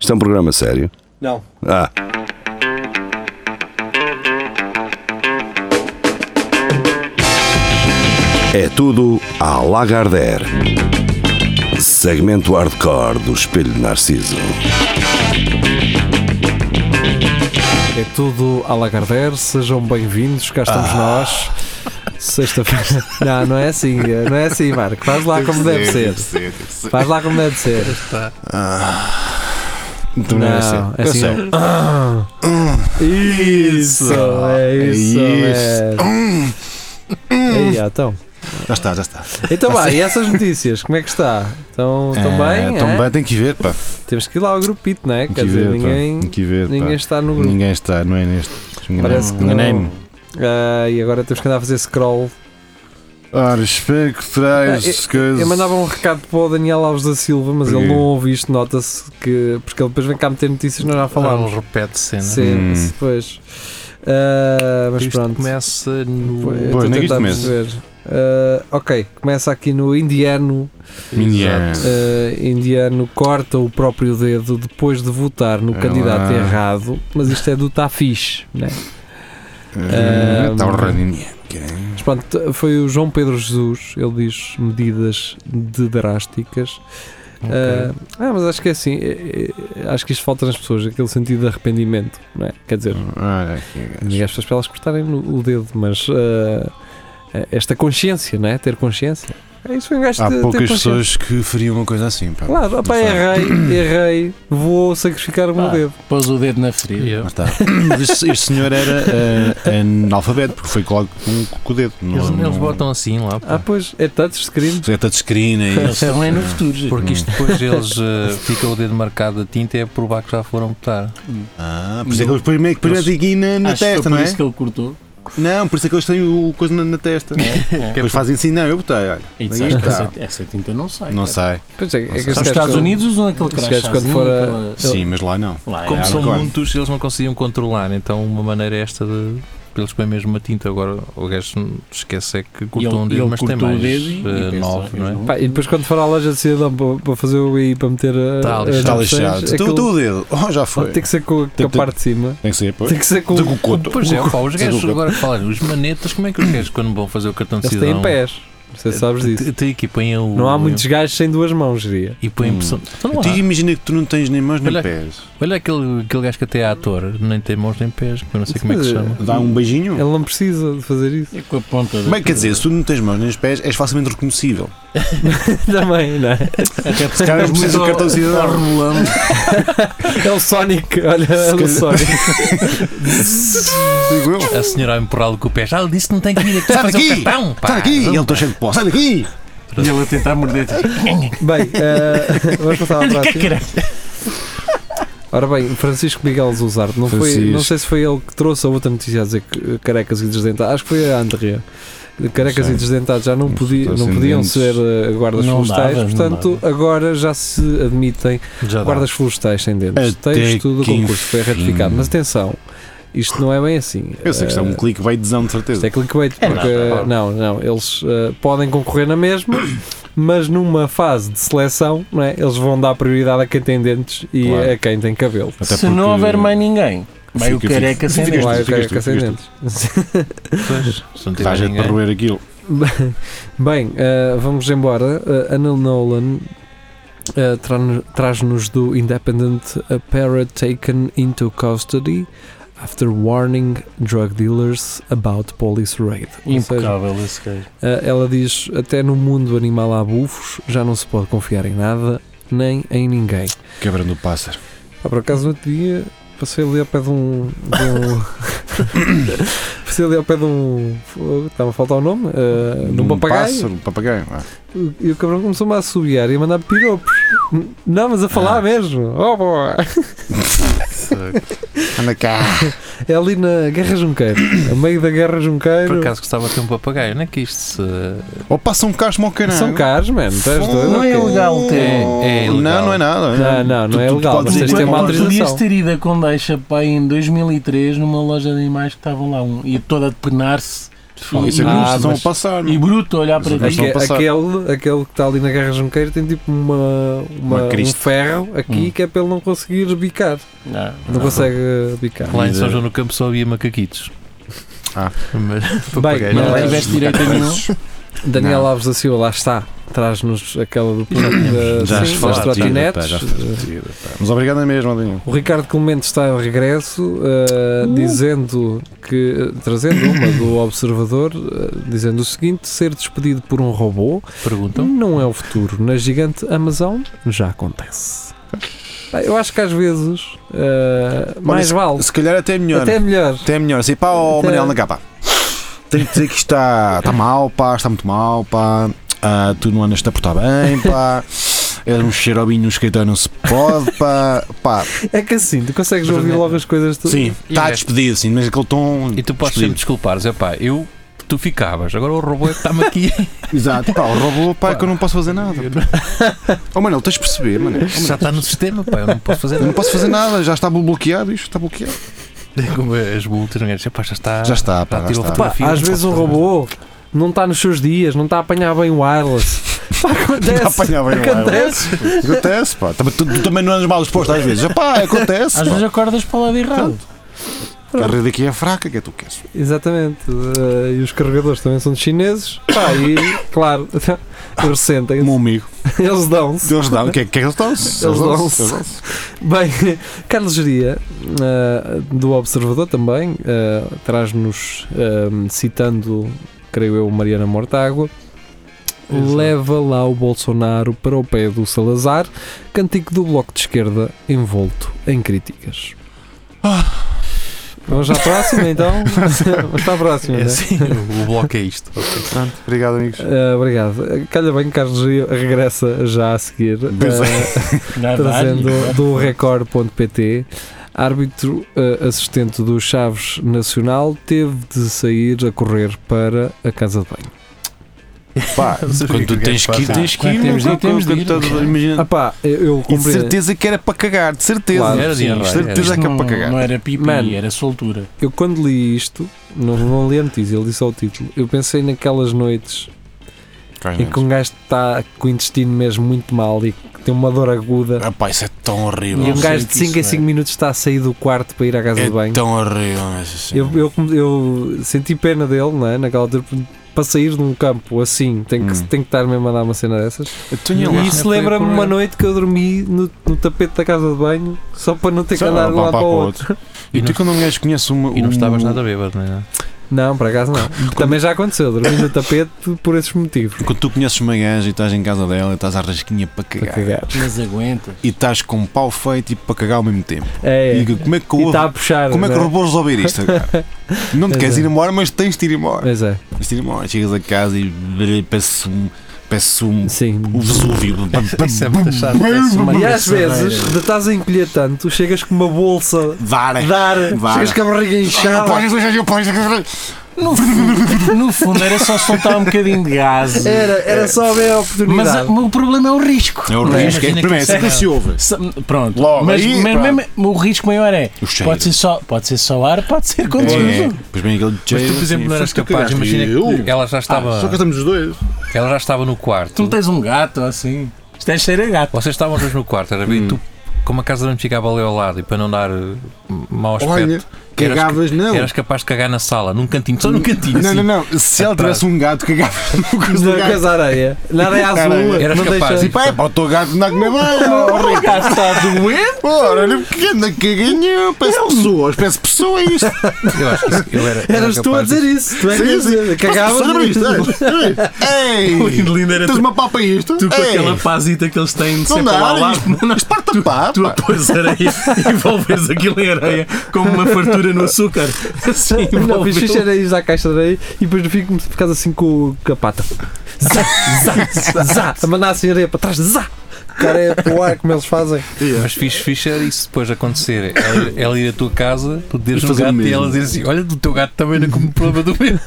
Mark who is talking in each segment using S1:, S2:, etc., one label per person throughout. S1: Isto é um programa sério.
S2: Não.
S1: Ah, é tudo à Lagardère. Segmento hardcore do Espelho de Narciso.
S3: É tudo à Lagardère, sejam bem-vindos, cá estamos
S4: Ah.
S3: nós. Sexta-feira. Não, não é assim, não é assim, Marco. Faz lá como deve ser.
S4: deve ser.
S3: Faz lá como deve ser.
S4: Então não é assim.
S3: é
S4: Eu
S3: assim,
S4: sei.
S3: não. Ah. Isso, é isso.
S4: É
S3: É Aí, ah, então.
S4: Já está, já está.
S3: Então vá, e essas notícias, como é que está? Estão estão
S4: É,
S3: bem?
S4: tão
S3: é?
S4: bem, tem que ver, pá.
S3: Temos que ir lá ao grupito, não é?
S4: Tem
S3: Quer
S4: que
S3: dizer,
S4: ver, pá.
S3: ninguém,
S4: Tem que ver, pá.
S3: ninguém está no grupo.
S4: Ninguém está, não é neste.
S3: Parece que
S4: Enganei-me.
S3: não. Ah, e agora temos que andar a fazer scroll.
S4: Ora, espero que
S3: Ah,
S4: traz coisas.
S3: Eu mandava um recado para o Daniel Alves da Silva, mas
S4: Porquê?
S3: ele não ouve isto, nota-se que. Porque ele depois vem cá meter notícias e nós já
S5: Falámos,
S3: falámos.
S5: um repete cena.
S3: Sim,
S4: Hum.
S3: se- pois. Ah, mas
S5: né? Isto
S3: pronto.
S5: começa no.
S3: Pois,
S4: Pois,
S3: estou
S4: nem
S3: a
S4: que isto
S3: tentar
S4: comece.
S3: perceber. Ah, ok, começa aqui no indiano.
S4: Minha.
S3: Ah, indiano corta o próprio dedo depois de votar no
S4: Ah.
S3: candidato errado, mas isto é do Tafix, né?
S4: Ah,
S3: Ah,
S4: Está horradinha.
S3: Mas pronto, foi o João Pedro Jesus, ele diz medidas de drásticas. Ah, ah, mas acho que é assim, eh, eh, acho que isto falta nas pessoas, aquele sentido de arrependimento, não é? Quer dizer,
S4: Ah, Olha aqui,
S3: diga às pessoas para elas cortarem no- o dedo, mas ah, esta consciência, não é? Ter consciência. É isso, foi um gajo de
S4: Há
S3: ter
S4: poucas
S3: consciência.
S4: pessoas que fariam uma coisa assim, pá.
S3: Claro, é opá,
S4: sei. Ah,
S3: errei, errei, vou sacrificar o meu
S6: Pá.
S3: dedo.
S6: Pôs o dedo na ferida.
S5: Yeah.
S4: Mas está. Mas este, este senhor era ah, analfabeto, porque foi logo com, com o dedo. Não,
S5: Eles,
S4: não,
S5: eles botam assim lá,
S3: Ah,
S5: pá.
S3: pois, é touchscreen.
S4: É touchscreen e
S6: Eles estão aí Então é no futuro.
S5: porque isto depois eles eh, fica o dedo marcado da tinta é provar que já foram votar.
S4: Ah, por isso é que eles põem meio que põem aqui na, na
S6: Acho que foi
S4: testa,
S6: por
S4: não é?
S6: isso que ele cortou.
S4: Não, por isso é que eles têm o coisa na, na testa. Depois fazem assim, não, eu botei, olha.
S6: E
S4: Aí
S6: disseste que
S4: está.
S6: É, essa, essa tinta não sai.
S4: Não
S6: cara.
S4: sai.
S3: Pois é, é que
S4: Os
S3: esse
S6: Os
S3: gajo
S6: Estados
S3: quando-
S6: Unidos usam aquele
S3: esses
S6: crachazinho,
S3: gajos quando for a-
S6: aquela-
S4: Sim, mas lá não.
S6: Lá é
S5: Como
S4: Ah,
S5: são
S4: claro.
S5: muitos, eles não conseguiam controlar, então uma maneira é esta de. Eles põem mesmo uma tinta, agora o gajo esquece é que cortou
S6: ele-
S5: um dedo,
S6: ele
S5: mas tem
S6: cortou o
S5: mais
S6: dedo e- e
S5: eh,
S6: pensa,
S5: nove, não é?
S3: Pá, e depois quando for à loja de cidadão para, para fazer o I para meter a.
S5: Tá
S3: as
S5: lixado.
S4: Está
S3: opções,
S4: lixado. Tu,
S3: aquilo-
S4: tu o dedo. Oh, já foi.
S3: é Tem que ser com a, com a
S4: Tem que-
S3: parte de cima.
S4: Tem que ser, pois.
S3: Tem que ser com.
S4: Tem que o coto.
S5: Pois é, pá, os
S4: Sem
S5: gajos
S4: dúvida.
S5: agora que falaram, os manetas, como é que os gajos quando vão fazer o cartão de
S3: Eles
S5: cidadão?
S3: têm pés. Não
S5: É
S3: sei se sabes disso.
S5: Tem aqui, põem o.
S3: Não há muitos gajos sem duas mãos, diria.
S5: E
S6: Hum.
S5: põem pressão. Então não
S4: Tu
S6: Tipo
S5: há.
S4: imagina que tu não tens nem mãos nem
S5: Olha-
S4: pés.
S5: Olha aquele, aquele gajo que até é ator, nem tem mãos nem pés, que eu não sei como é que se chama.
S4: Dá um
S3: Ele
S4: beijinho.
S3: não precisa de fazer isso.
S6: É com a ponta da-
S4: Bem, quer dizer, se tu não tens mãos nem os pés, és facilmente reconhecível.
S3: Também, não é?
S6: Até porque
S4: Se calhar precisa do cartão de cidadão.
S3: É o Sonic. Olha, é o Sonic.
S4: Digo eu.
S5: A senhora a empurrá-lo com o pé. Já ele disse que não tem comida, que está a
S4: Sai
S5: fazer
S4: daqui!
S5: o cartão. pá.
S4: Sai daqui! Ele está cheio de pó. Sai daqui!
S6: E ele a tentar morder.
S3: Bem, eh, vamos passar
S6: é
S3: à próxima. Ora bem, Francisco Miguel Zuzardo, não, foi,
S4: Francisco.
S3: não sei se foi ele que trouxe a outra notícia a dizer que eh, carecas e desdentados, acho que foi a Andrea. Carecas
S4: Não
S3: e
S4: sei.
S3: desdentados já não, podi- não
S4: sem
S3: podiam
S4: dentes.
S3: ser eh, guardas
S6: Não
S3: florestais,
S6: dava, não
S3: portanto agora já se admitem
S5: Já dá.
S3: guardas florestais sem dentes.
S4: Até
S3: Texto do
S4: que
S3: concurso foi ratificado,
S4: enfim.
S3: mas atenção, isto não é bem assim.
S4: Eu sei que isto é um
S3: Eh,
S4: clique, vai desão de
S3: isto
S4: certeza.
S3: é clickbait, porque não, não, eles eh, podem concorrer na mesma, mas numa fase de seleção, não é? Eles vão dar prioridade a quem tem dentes e
S4: Claro.
S3: a quem tem cabelo.
S4: Até
S6: Se não
S4: porque-
S6: houver mais ninguém, vai o
S4: Fica- fica-
S6: careca sem
S4: fica-
S6: dentes.
S3: Vai o
S4: ficas tu,
S3: careca sem dentes.
S5: Pois, se não tiver
S4: Dá jeito
S5: ninguém.
S4: para roer aquilo.
S3: Bem, eh, vamos embora. Eh, Anil Nolan eh, tra- traz-nos do Independent a parrot taken into custody after warning drug dealers about police raid. Ou seja,
S6: Impecável esse gajo.
S3: Ah, ela diz: até no mundo animal há bufos, já não se pode confiar em nada, nem em ninguém.
S4: Quebrando o pássaro.
S3: Ah, por acaso, no outro dia, passei ali ao pé de um. De um passei ali ao pé de um. fogo, Estava a faltar o nome? ah, de um
S4: Um
S3: papagaio.
S4: pássaro, um papagaio. ah.
S3: E o cabrão começou-me a assobiar e a mandar piropos. Não, mas a falar mesmo. Oh, boy.
S4: Anda cá.
S3: É ali na Guerra Junqueiro. A meio da Guerra
S5: Por
S3: Junqueiro.
S5: acaso gostava de ter um papagaio, não é que isto se.
S4: Ou passa um casmo ao caralho.
S3: São caros, mano. tu és doido?
S6: Não é
S3: Ok.
S6: legal ter.
S5: É, é
S4: não,
S5: ilegal.
S4: não é nada.
S3: Não, não, não é legal,
S4: podes
S3: mas tens de
S4: ir-
S3: ter uma
S6: Mas
S3: autorização.
S6: Podias ter ido a Condeixa pá, em 2003 numa loja de animais que estavam lá um, e toda a penar-se
S4: Fogo, Isso é que
S3: Ah,
S4: não estão
S3: mas-
S4: a passar.
S6: E
S4: meu.
S6: bruto olhar para
S4: Mas
S6: ti.
S4: não
S3: Aque-
S4: passar.
S3: aquele, aquele que está ali na Guerra Junqueira tem tipo uma, uma-
S4: Uma
S3: um
S4: crista.
S3: ferro aqui
S4: Hum. Ah.
S3: que é para ele não conseguir bicar.
S6: Não,
S3: Não consegue eh, bicar.
S5: Lá em São
S4: Dizer-
S5: João no Campo só havia macaquitos.
S4: Ah.
S5: Mas,
S4: é
S3: Bem,
S6: Não
S3: mas-
S6: tiveste direito a nenhum.
S3: Daniel
S4: Não.
S3: Alves da Silva, lá está. Traz-nos aquela do
S5: Já tínhamos-
S3: da,
S5: já
S3: sim, das
S5: falámos, já,
S3: trotinetes.
S4: já Mas obrigado na mesma, Adinho.
S3: O Ricardo Clemente está em regresso, eh, dizendo que, eh, trazendo uma do Observador, eh, dizendo o seguinte: ser despedido por um robô
S4: Então?
S5: perguntam.
S3: não é o futuro. Na gigante Amazon já acontece. Pá, Eu acho que às vezes eh, mais
S4: isso-
S3: vale.
S4: Se calhar até é melhor.
S3: Até é melhor.
S4: Até é melhor. Assim, pá, ó
S3: Até-
S4: Manel, na capa. Tenho que dizer que isto está, está mal, pá, está muito mal, pá. Ah, tu não andas-te a portar bem, pá. É um cheirobinho no escritório, não se pode, pá. pá.
S3: É que assim, tu consegues ouvir logo as coisas tu-
S4: Sim,
S5: E
S4: está
S5: o
S4: Tá despedido, sim, mas aquele tom.
S5: E tu podes sempre
S4: despedido.
S5: desculpares. Epá, eu, tu ficavas. Agora o robô é que está-me aqui.
S4: Exato, pá, o robô, pá, é que eu não posso fazer nada. Ó Manel, tens de perceber, Manel.
S5: já tá- está no sistema, pá. Eu não posso fazer
S4: Eu não
S5: nada. É
S4: posso fazer nada, já está bloqueado isto, está bloqueado.
S5: Como as bultas, epá, já está.
S4: Já está,
S5: Ah, Já
S4: pá, já
S5: tirou
S4: está.
S5: foto-
S3: Pá,
S5: Desafio,
S3: às
S5: não
S3: vezes
S5: posso
S3: um
S5: fazer
S3: robô não está nos seus dias, não está a apanhar bem o wireless. Pá,
S4: Não tá
S3: acontece.
S4: apanhava em nada.
S3: Acontece.
S4: Acontece, pá. Também- Tu, tu também não andas mal disposto às vezes. Pá, acontece. pá.
S6: Às vezes acordas para o lado errado.
S4: A rede aqui é fraca, que é tu que queres.
S3: Exatamente. Eh, e os carregadores também são de chineses. Pá, e claro, eles sentem,
S4: O meu amigo.
S3: eles dão-se.
S4: Eles dão. O que é que é que eles dão?
S3: Eles dão-se. Bem, Carlos Geria, eh, do Observador também, eh, traz-nos, eh, citando, creio eu, Mariana Mortágua,
S5: Exato.
S3: leva lá o Bolsonaro para o pé do Salazar, cantico do Bloco de Esquerda, envolto em críticas.
S4: Ah.
S3: Vamos à próxima então? Vamos à próxima,
S5: É
S3: né?
S5: assim, o bloco é isto.
S4: Pronto, obrigado, amigos.
S3: Eh, obrigado. Calha bem que Carlos Geria regressa já a seguir.
S4: Pois é.
S3: Eh, trazendo do Record.pt. Árbitro eh, assistente do Chaves Nacional teve de sair a correr para a casa de banho.
S4: Pá,
S5: Não sei o
S4: quando
S5: que é
S4: tu
S5: que
S4: tens
S5: é que
S4: que ir,
S5: passa.
S4: tens que
S6: Quando
S4: ir.
S6: temos de ir,
S4: meu,
S6: temos
S4: quando
S6: de ir.
S4: estás- imagina-
S3: Ah pá, eu, eu
S4: E de
S3: compreendo.
S4: certeza que era para cagar, de certeza.
S3: Claro,
S5: era de
S4: Sim,
S5: arraio,
S4: de
S5: era.
S4: certeza que é para cagar.
S6: Não era pipi,
S3: Mano.
S6: era soltura.
S3: Eu quando li isto, não, não li a notícia, li só o título. Eu pensei naquelas noites em que um gajo está com o intestino mesmo muito mal e que tem uma dor aguda.
S4: Ah, pá, isso é tão
S3: E
S4: horrível.
S3: um
S6: não
S3: gajo
S6: sei
S3: de
S6: disso,
S3: 5 em
S6: não é?
S3: 5 minutos está a sair do quarto para ir à casa de
S4: É
S3: banho.
S4: tão horrível, mas assim.
S3: Eu, eu, eu senti pena dele, não é? Naquela altura, para sair de um campo assim, tem que,
S4: Hum.
S3: tem que estar mesmo a dar uma cena dessas.
S4: Eu tinha lá.
S3: E isso
S5: Não foi
S3: lembra-me
S5: por
S3: uma
S5: ele.
S3: noite que eu dormi no, no tapete da casa de banho, só para não ter que
S4: Só
S3: andar
S4: um
S3: de um
S4: pá
S3: lado
S4: para
S3: para o
S4: o
S3: outro.
S5: E
S4: E tu
S5: não-
S4: quando um gajo conhece uma.
S5: E não estavas
S4: um-
S5: nada bêbado, não é?
S3: Não, por acaso não. Também já aconteceu, dormi no tapete por esses motivos.
S4: Quando tu conheces uma gaja e estás em casa dela e estás à rasquinha para cagar,
S6: é. Mas aguentas.
S4: e estás com um pau feito e para cagar ao mesmo tempo.
S3: É,
S4: E como é que,
S3: e
S4: o-
S3: está a puxar.
S4: como é que
S3: não
S4: o robô resolver isto? Cara? Não te
S3: Pois
S4: queres
S3: é.
S4: ir embora, mas tens de ir embora.
S3: Pois é,
S4: Tens de ir embora. Chegas a casa e brê, parece um. Parece um.
S3: sim.
S4: O é Vesúvio.
S5: Isso é muito chato.
S6: Parece uma
S3: E às
S6: braçadeira.
S3: vezes, de estás a encolher tanto, chegas com uma bolsa
S4: Vara.
S3: de ar,
S4: Vara.
S3: chegas com a barriga
S4: Eu
S3: inchada.
S4: posso, eu já- eu posso-
S6: No fundo, no fundo era só soltar um bocadinho de gás.
S3: Era, era só ver a
S6: Mas
S3: oportunidade.
S6: a- o problema é o risco.
S4: É o
S6: Não é?
S4: risco. é-
S5: Imagina que
S4: Primeiro,
S5: se-
S4: sempre se ouve.
S6: Se- Pronto,
S4: Logo
S6: mas,
S4: aí,
S6: mas
S4: pronto.
S6: mesmo- o risco maior é
S4: O cheiro.
S6: pode ser, só, pode ser só ar, pode ser
S4: É,
S6: conteúdo.
S4: Pois bem, aquele
S5: Mas
S4: cheiro,
S5: tu, por exemplo,
S4: assim,
S5: não eras
S4: foste tu
S5: capaz,
S4: cagaste.
S5: imagina
S4: Eu?
S5: que ela já
S4: Ah,
S5: estava,
S4: estamos os dois.
S5: ela já estava no quarto.
S6: Tu não tens um gato assim. Isto é cheiro a gato.
S5: Vocês estavam os dois no quarto, era
S4: Hum.
S5: bem tu, como a casa não te ficava ali ao lado e para não dar eh, mau aspecto,
S4: Olha,
S5: eras,
S4: Cagavas, não.
S5: eras capaz de cagar na sala, num cantinho, só num cantinho.
S4: Não,
S5: assim.
S4: não, não. Se ela
S5: Atrás.
S4: tivesse um gato, cagavas no coisa do
S3: Na
S4: gato.
S3: casa areia. Na areia azul.
S4: Areia.
S5: Eras
S3: não
S5: capaz.
S4: E
S3: deixa...
S4: pá, é pá, o teu gato não come bem. ó,
S6: O gato está a doer?
S4: Ora, olha o que anda caguinho. Parece pessoas, parece pessoa é isto.
S5: Eu acho que isso- eu era, era
S3: Eras tu a
S5: capaz
S3: dizer isso. Tu é que
S4: Sim,
S3: ias
S4: sim.
S3: dizer. Cagavas.
S4: Parece pessoas, olha isto,
S6: O
S4: olha. Ei!
S6: lindo era
S4: Tens
S6: tu,
S4: uma pá para isto?
S6: tu com
S4: Ei,
S6: aquela pazita que eles têm de
S4: Não
S6: sempre lá ao
S4: dá,
S6: lado.
S4: isto,
S6: Não, não,
S4: isto parte a pá.
S6: Tu
S4: pá.
S6: após areia e envolves aquilo em areia como uma fartura no açúcar. Assim,
S3: É. Não, fiz xixi
S6: envolveu.
S3: era ir à caixa de areia e depois no fim come- ficas assim com, o- com a pata. Zá, zá, zá. A mandar assim a areia para trás. Zá. Cara, é para o ar como eles fazem.
S5: Mas fixe, fixe era isso depois acontecer. Ela, ela ir à tua casa, tu teres
S4: E
S5: um
S4: fazer o
S5: gato e
S4: mesmo.
S5: ela dizer assim: Olha, do teu gato também não é como problema do meu.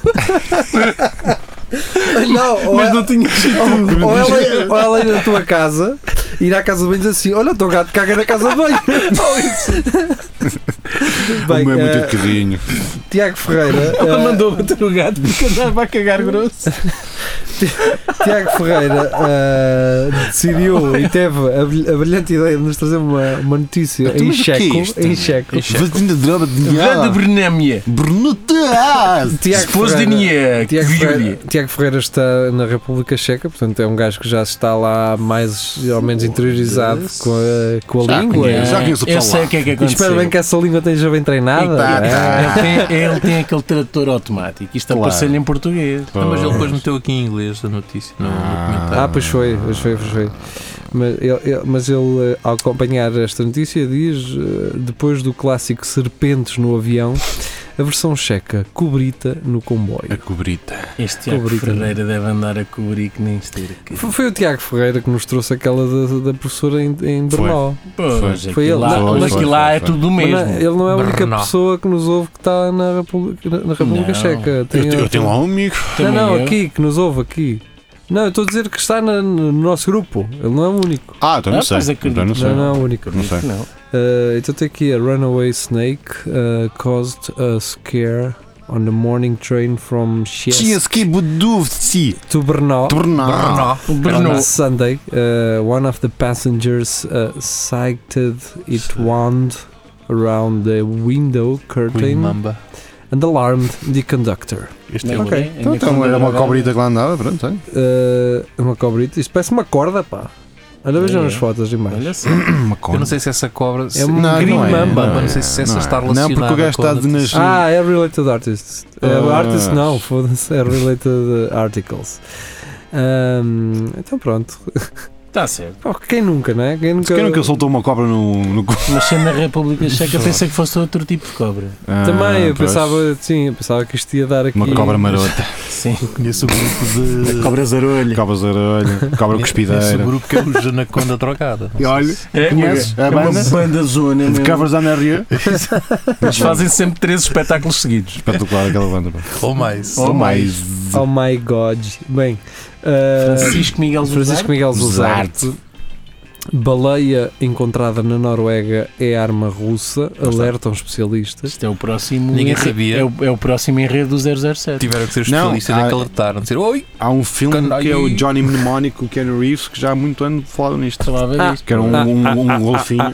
S3: Não, ou,
S6: Mas
S3: é-
S6: não tinha
S3: ou- ou ela, ou ela ir na tua casa, ir à casa de banho e dizer assim: Olha, o teu gato caga na casa de banho. Bem,
S4: o meu é muito
S3: eh,
S4: de carrinho.
S3: Tiago Ferreira.
S6: Ela
S3: eh,
S6: mandou bater o gato porque andava a cagar grosso.
S3: Tiago Ferreira eh, decidiu e teve a, brilh- a brilhante ideia de nos trazer uma, uma notícia
S4: Então,
S3: em
S4: mas o que é
S3: checo.
S4: isto?
S3: em checo.
S4: Vazina de droga de
S6: Grande
S4: dinheiro.
S6: Brenémia.
S4: Brunutas!
S6: Se fosse de Nier, que
S3: Tiago Ferreira,
S6: viúria.
S3: Tiago Ferreira está na República Checa, portanto é um gajo que já está lá mais ou menos interiorizado com a, com a
S4: Já
S3: língua.
S4: conheço, já conheço o
S6: Eu
S4: pessoal
S6: sei
S4: lá.
S6: o que é que
S3: E
S6: aconteceu.
S3: espero bem que essa língua esteja bem treinada.
S4: Eita,
S3: é?
S4: tá.
S6: Ele tem, ele tem aquele tradutor automático. Isto
S4: Claro.
S6: apareceu-lhe em português.
S5: Ah, mas ele depois meteu aqui em inglês a notícia é? no, no
S4: Ah.
S5: comentário.
S3: Ah, pois foi, pois foi, pois foi. Mas ele, ele- mas ele, eh, ao acompanhar esta notícia, diz: eh, depois do clássico Serpentes no Avião, a versão checa cobrita no
S4: A
S3: comboio.
S4: cobrita.
S6: Este Tiago
S3: Cobrir,
S6: Ferreira deve andar a cobrir que nem esteira. que-
S3: F- Foi o Tiago Ferreira que nos trouxe aquela da, da professora em, em
S4: Foi.
S3: Brno.
S6: Pois,
S3: Foi ele.
S6: aquilo lá-
S3: Foi,
S6: mas
S3: foi,
S6: aquilo lá
S4: foi,
S6: é
S4: foi.
S6: tudo o
S3: Mas
S6: mesmo.
S3: não- ele não é a única
S5: Brno.
S3: pessoa que nos ouve que está na República, na, na República
S6: Não.
S3: Checa.
S4: Eu,
S3: Tem
S4: te- eu
S3: outro-
S4: tenho lá um amigo.
S3: Não,
S6: Também
S3: não,
S6: eu.
S3: aqui, que nos ouve aqui. Não, eu estou a dizer que está na- no nosso grupo. Ele não é o único.
S4: Ah, então
S6: Ah,
S4: não sei.
S6: pois acredito.
S4: Então não sei.
S3: Não, não é o único.
S4: Não sei.
S6: Não.
S3: Uh, então tem aqui a Runaway Snake uh, caused a scare on the morning train from Chies
S4: Chias que buduvci.
S3: to Brno
S4: Tornar.
S5: Brno.
S6: Brno.
S3: on Sunday. Uh, one of the passengers uh, sighted it wound around the window
S5: Queen
S3: curtain
S5: Mamba.
S3: and alarmed the conductor.
S5: Este é
S6: Não.
S5: o
S4: Ok.
S6: Ainda
S4: Então, então
S6: quando
S4: era uma
S6: era-
S4: cobrita que lá andava, pronto, sei.
S3: Uh, uma cobrita. Isto parece uma corda, pá. Olha, vejam
S6: É.
S3: as fotos e mais.
S6: Olha só.
S4: Uma
S5: Eu
S4: cobra.
S5: não sei se essa cobra. se-
S3: É um
S4: Não,
S3: green
S4: não é,
S3: mamba.
S4: não é,
S5: Não sei se essa
S4: não é.
S5: está
S4: Não, porque
S5: relacionada
S4: o gajo
S5: com
S4: está
S5: a
S4: de
S5: notícia.
S4: nas.
S3: Ah, é related artists. Uh,
S4: Ah.
S3: artists não, foda-se, é related articles. Um, então pronto.
S6: Está Tá certo.
S3: Pô, quem nunca, não é? Quem nunca.
S4: Quem nunca soltou uma cobra no. no... cu?
S6: Mas sendo na República Checa, pensei que fosse outro tipo de cobra.
S3: Também,
S4: Ah,
S3: eu
S4: pois.
S3: pensava, sim, eu pensava que isto ia dar aqui.
S4: Uma cobra marota.
S6: Sim.
S5: Conheço o grupo de.
S6: Cobra zarolho.
S4: Cobra zarolho. Cobra
S5: Conheço o
S4: cuspideira.
S5: grupo que é os Anaconda Drogada.
S4: E olha,
S6: É,
S4: Conheces?
S6: é,
S4: A
S6: uma
S4: banda?
S6: banda zona.
S4: de
S6: mesmo.
S4: covers on area.
S6: Eles fazem sempre três espetáculos seguidos.
S4: Espetacular aquela banda. pá.
S5: Ou mais.
S4: Ou mais.
S3: Oh my god. Bem, uh,
S6: Francisco Miguel
S3: Francisco
S6: Francisco
S3: Miguel
S4: Zarte.
S3: Zuzarte. Baleia encontrada na Noruega é arma russa, alertam especialistas.
S6: Isto é o próximo.
S5: Ninguém
S6: enredo-
S5: sabia.
S6: É o, é o próximo enredo do 007.
S5: Tiveram que ser
S4: Não,
S5: especialistas
S4: há-
S5: é que alertaram. Dizer, oi,
S4: Há um filme
S5: Canai.
S4: que é o Johnny Mnemonic, o Keanu Reeves, que já há muito ano falava nisto.
S6: Falava
S3: Ah.
S6: disto.
S4: Que era um,
S3: Ah,
S4: um,
S3: ah,
S4: um
S3: ah,
S4: golfinho.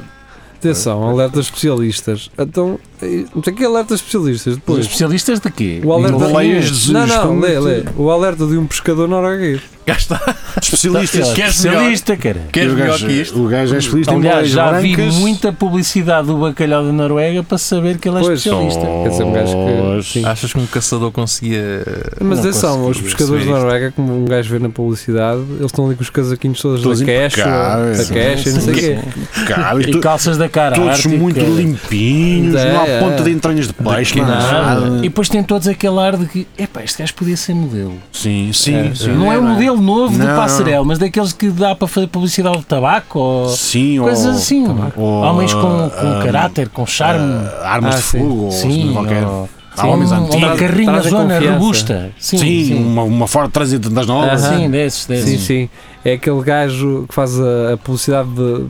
S3: Atenção, alerta especialistas. Então, eh, mas aqui alerta especialistas.
S6: Os
S3: Depois,
S6: especialistas de quê?
S3: O alerta- um
S6: Ninguém-
S4: Baleias de
S3: Não, não,
S4: Espanto.
S3: lê, lê. O alerta de um pescador norueguês.
S5: cá está.
S4: Especialistas.
S6: Que é especialista, cara.
S4: E
S5: Queres
S4: o
S5: melhor
S4: gajo,
S5: que isto?
S4: o gajo é especialista em
S6: Aliás,
S4: boleias
S6: já vi
S4: brancas.
S6: muita publicidade do bacalhau da Noruega para saber que ele é
S3: Pois.
S6: especialista.
S4: Oh.
S3: Quer dizer, um gajo que-
S4: Pois.
S3: sim.
S5: Achas que um caçador conseguia.
S3: Mas
S6: Não
S3: atenção,
S6: consegui
S3: os pescadores
S5: perceber
S3: da
S5: isto.
S3: Noruega, como um gajo vê na publicidade, eles estão ali com os casaquinhos todos,
S4: Todos
S3: da cash,
S4: impecáveis.
S3: da
S6: é?
S3: cash, não sei o quê.
S4: Cara, e
S6: E
S4: to-
S6: calças da cara.
S4: todos
S6: ártica.
S4: muito limpinhos,
S3: É,
S4: não há
S3: é.
S4: ponta de entranhas de peixe, não há
S6: Nada. E
S4: nada.
S6: depois tem todos aquele ar de que, epá, este gajo podia ser modelo.
S4: Sim, sim,
S6: É,
S4: sim.
S6: não é um modelo novo do
S4: Não.
S6: Passarel, mas daqueles que dá para fazer publicidade de tabaco ou
S4: Sim, ou-
S6: coisas assim.
S4: ou,
S6: Homens com, com
S4: ah,
S6: caráter, com charme.
S4: ah, armas
S3: Ah,
S4: de
S3: sim.
S4: fogo, ou
S6: sim,
S4: qualquer.
S6: ou-
S4: Há homens
S6: um,
S4: antigos.
S6: uma carrinha
S3: Trazem
S6: zona
S3: confiança.
S6: robusta. Sim,
S4: Sim,
S6: sim.
S4: uma, uma Ford Transit das novas.
S3: Aham.
S6: Sim, desses, desses.
S3: Sim, sim. É aquele gajo que faz a, a publicidade de,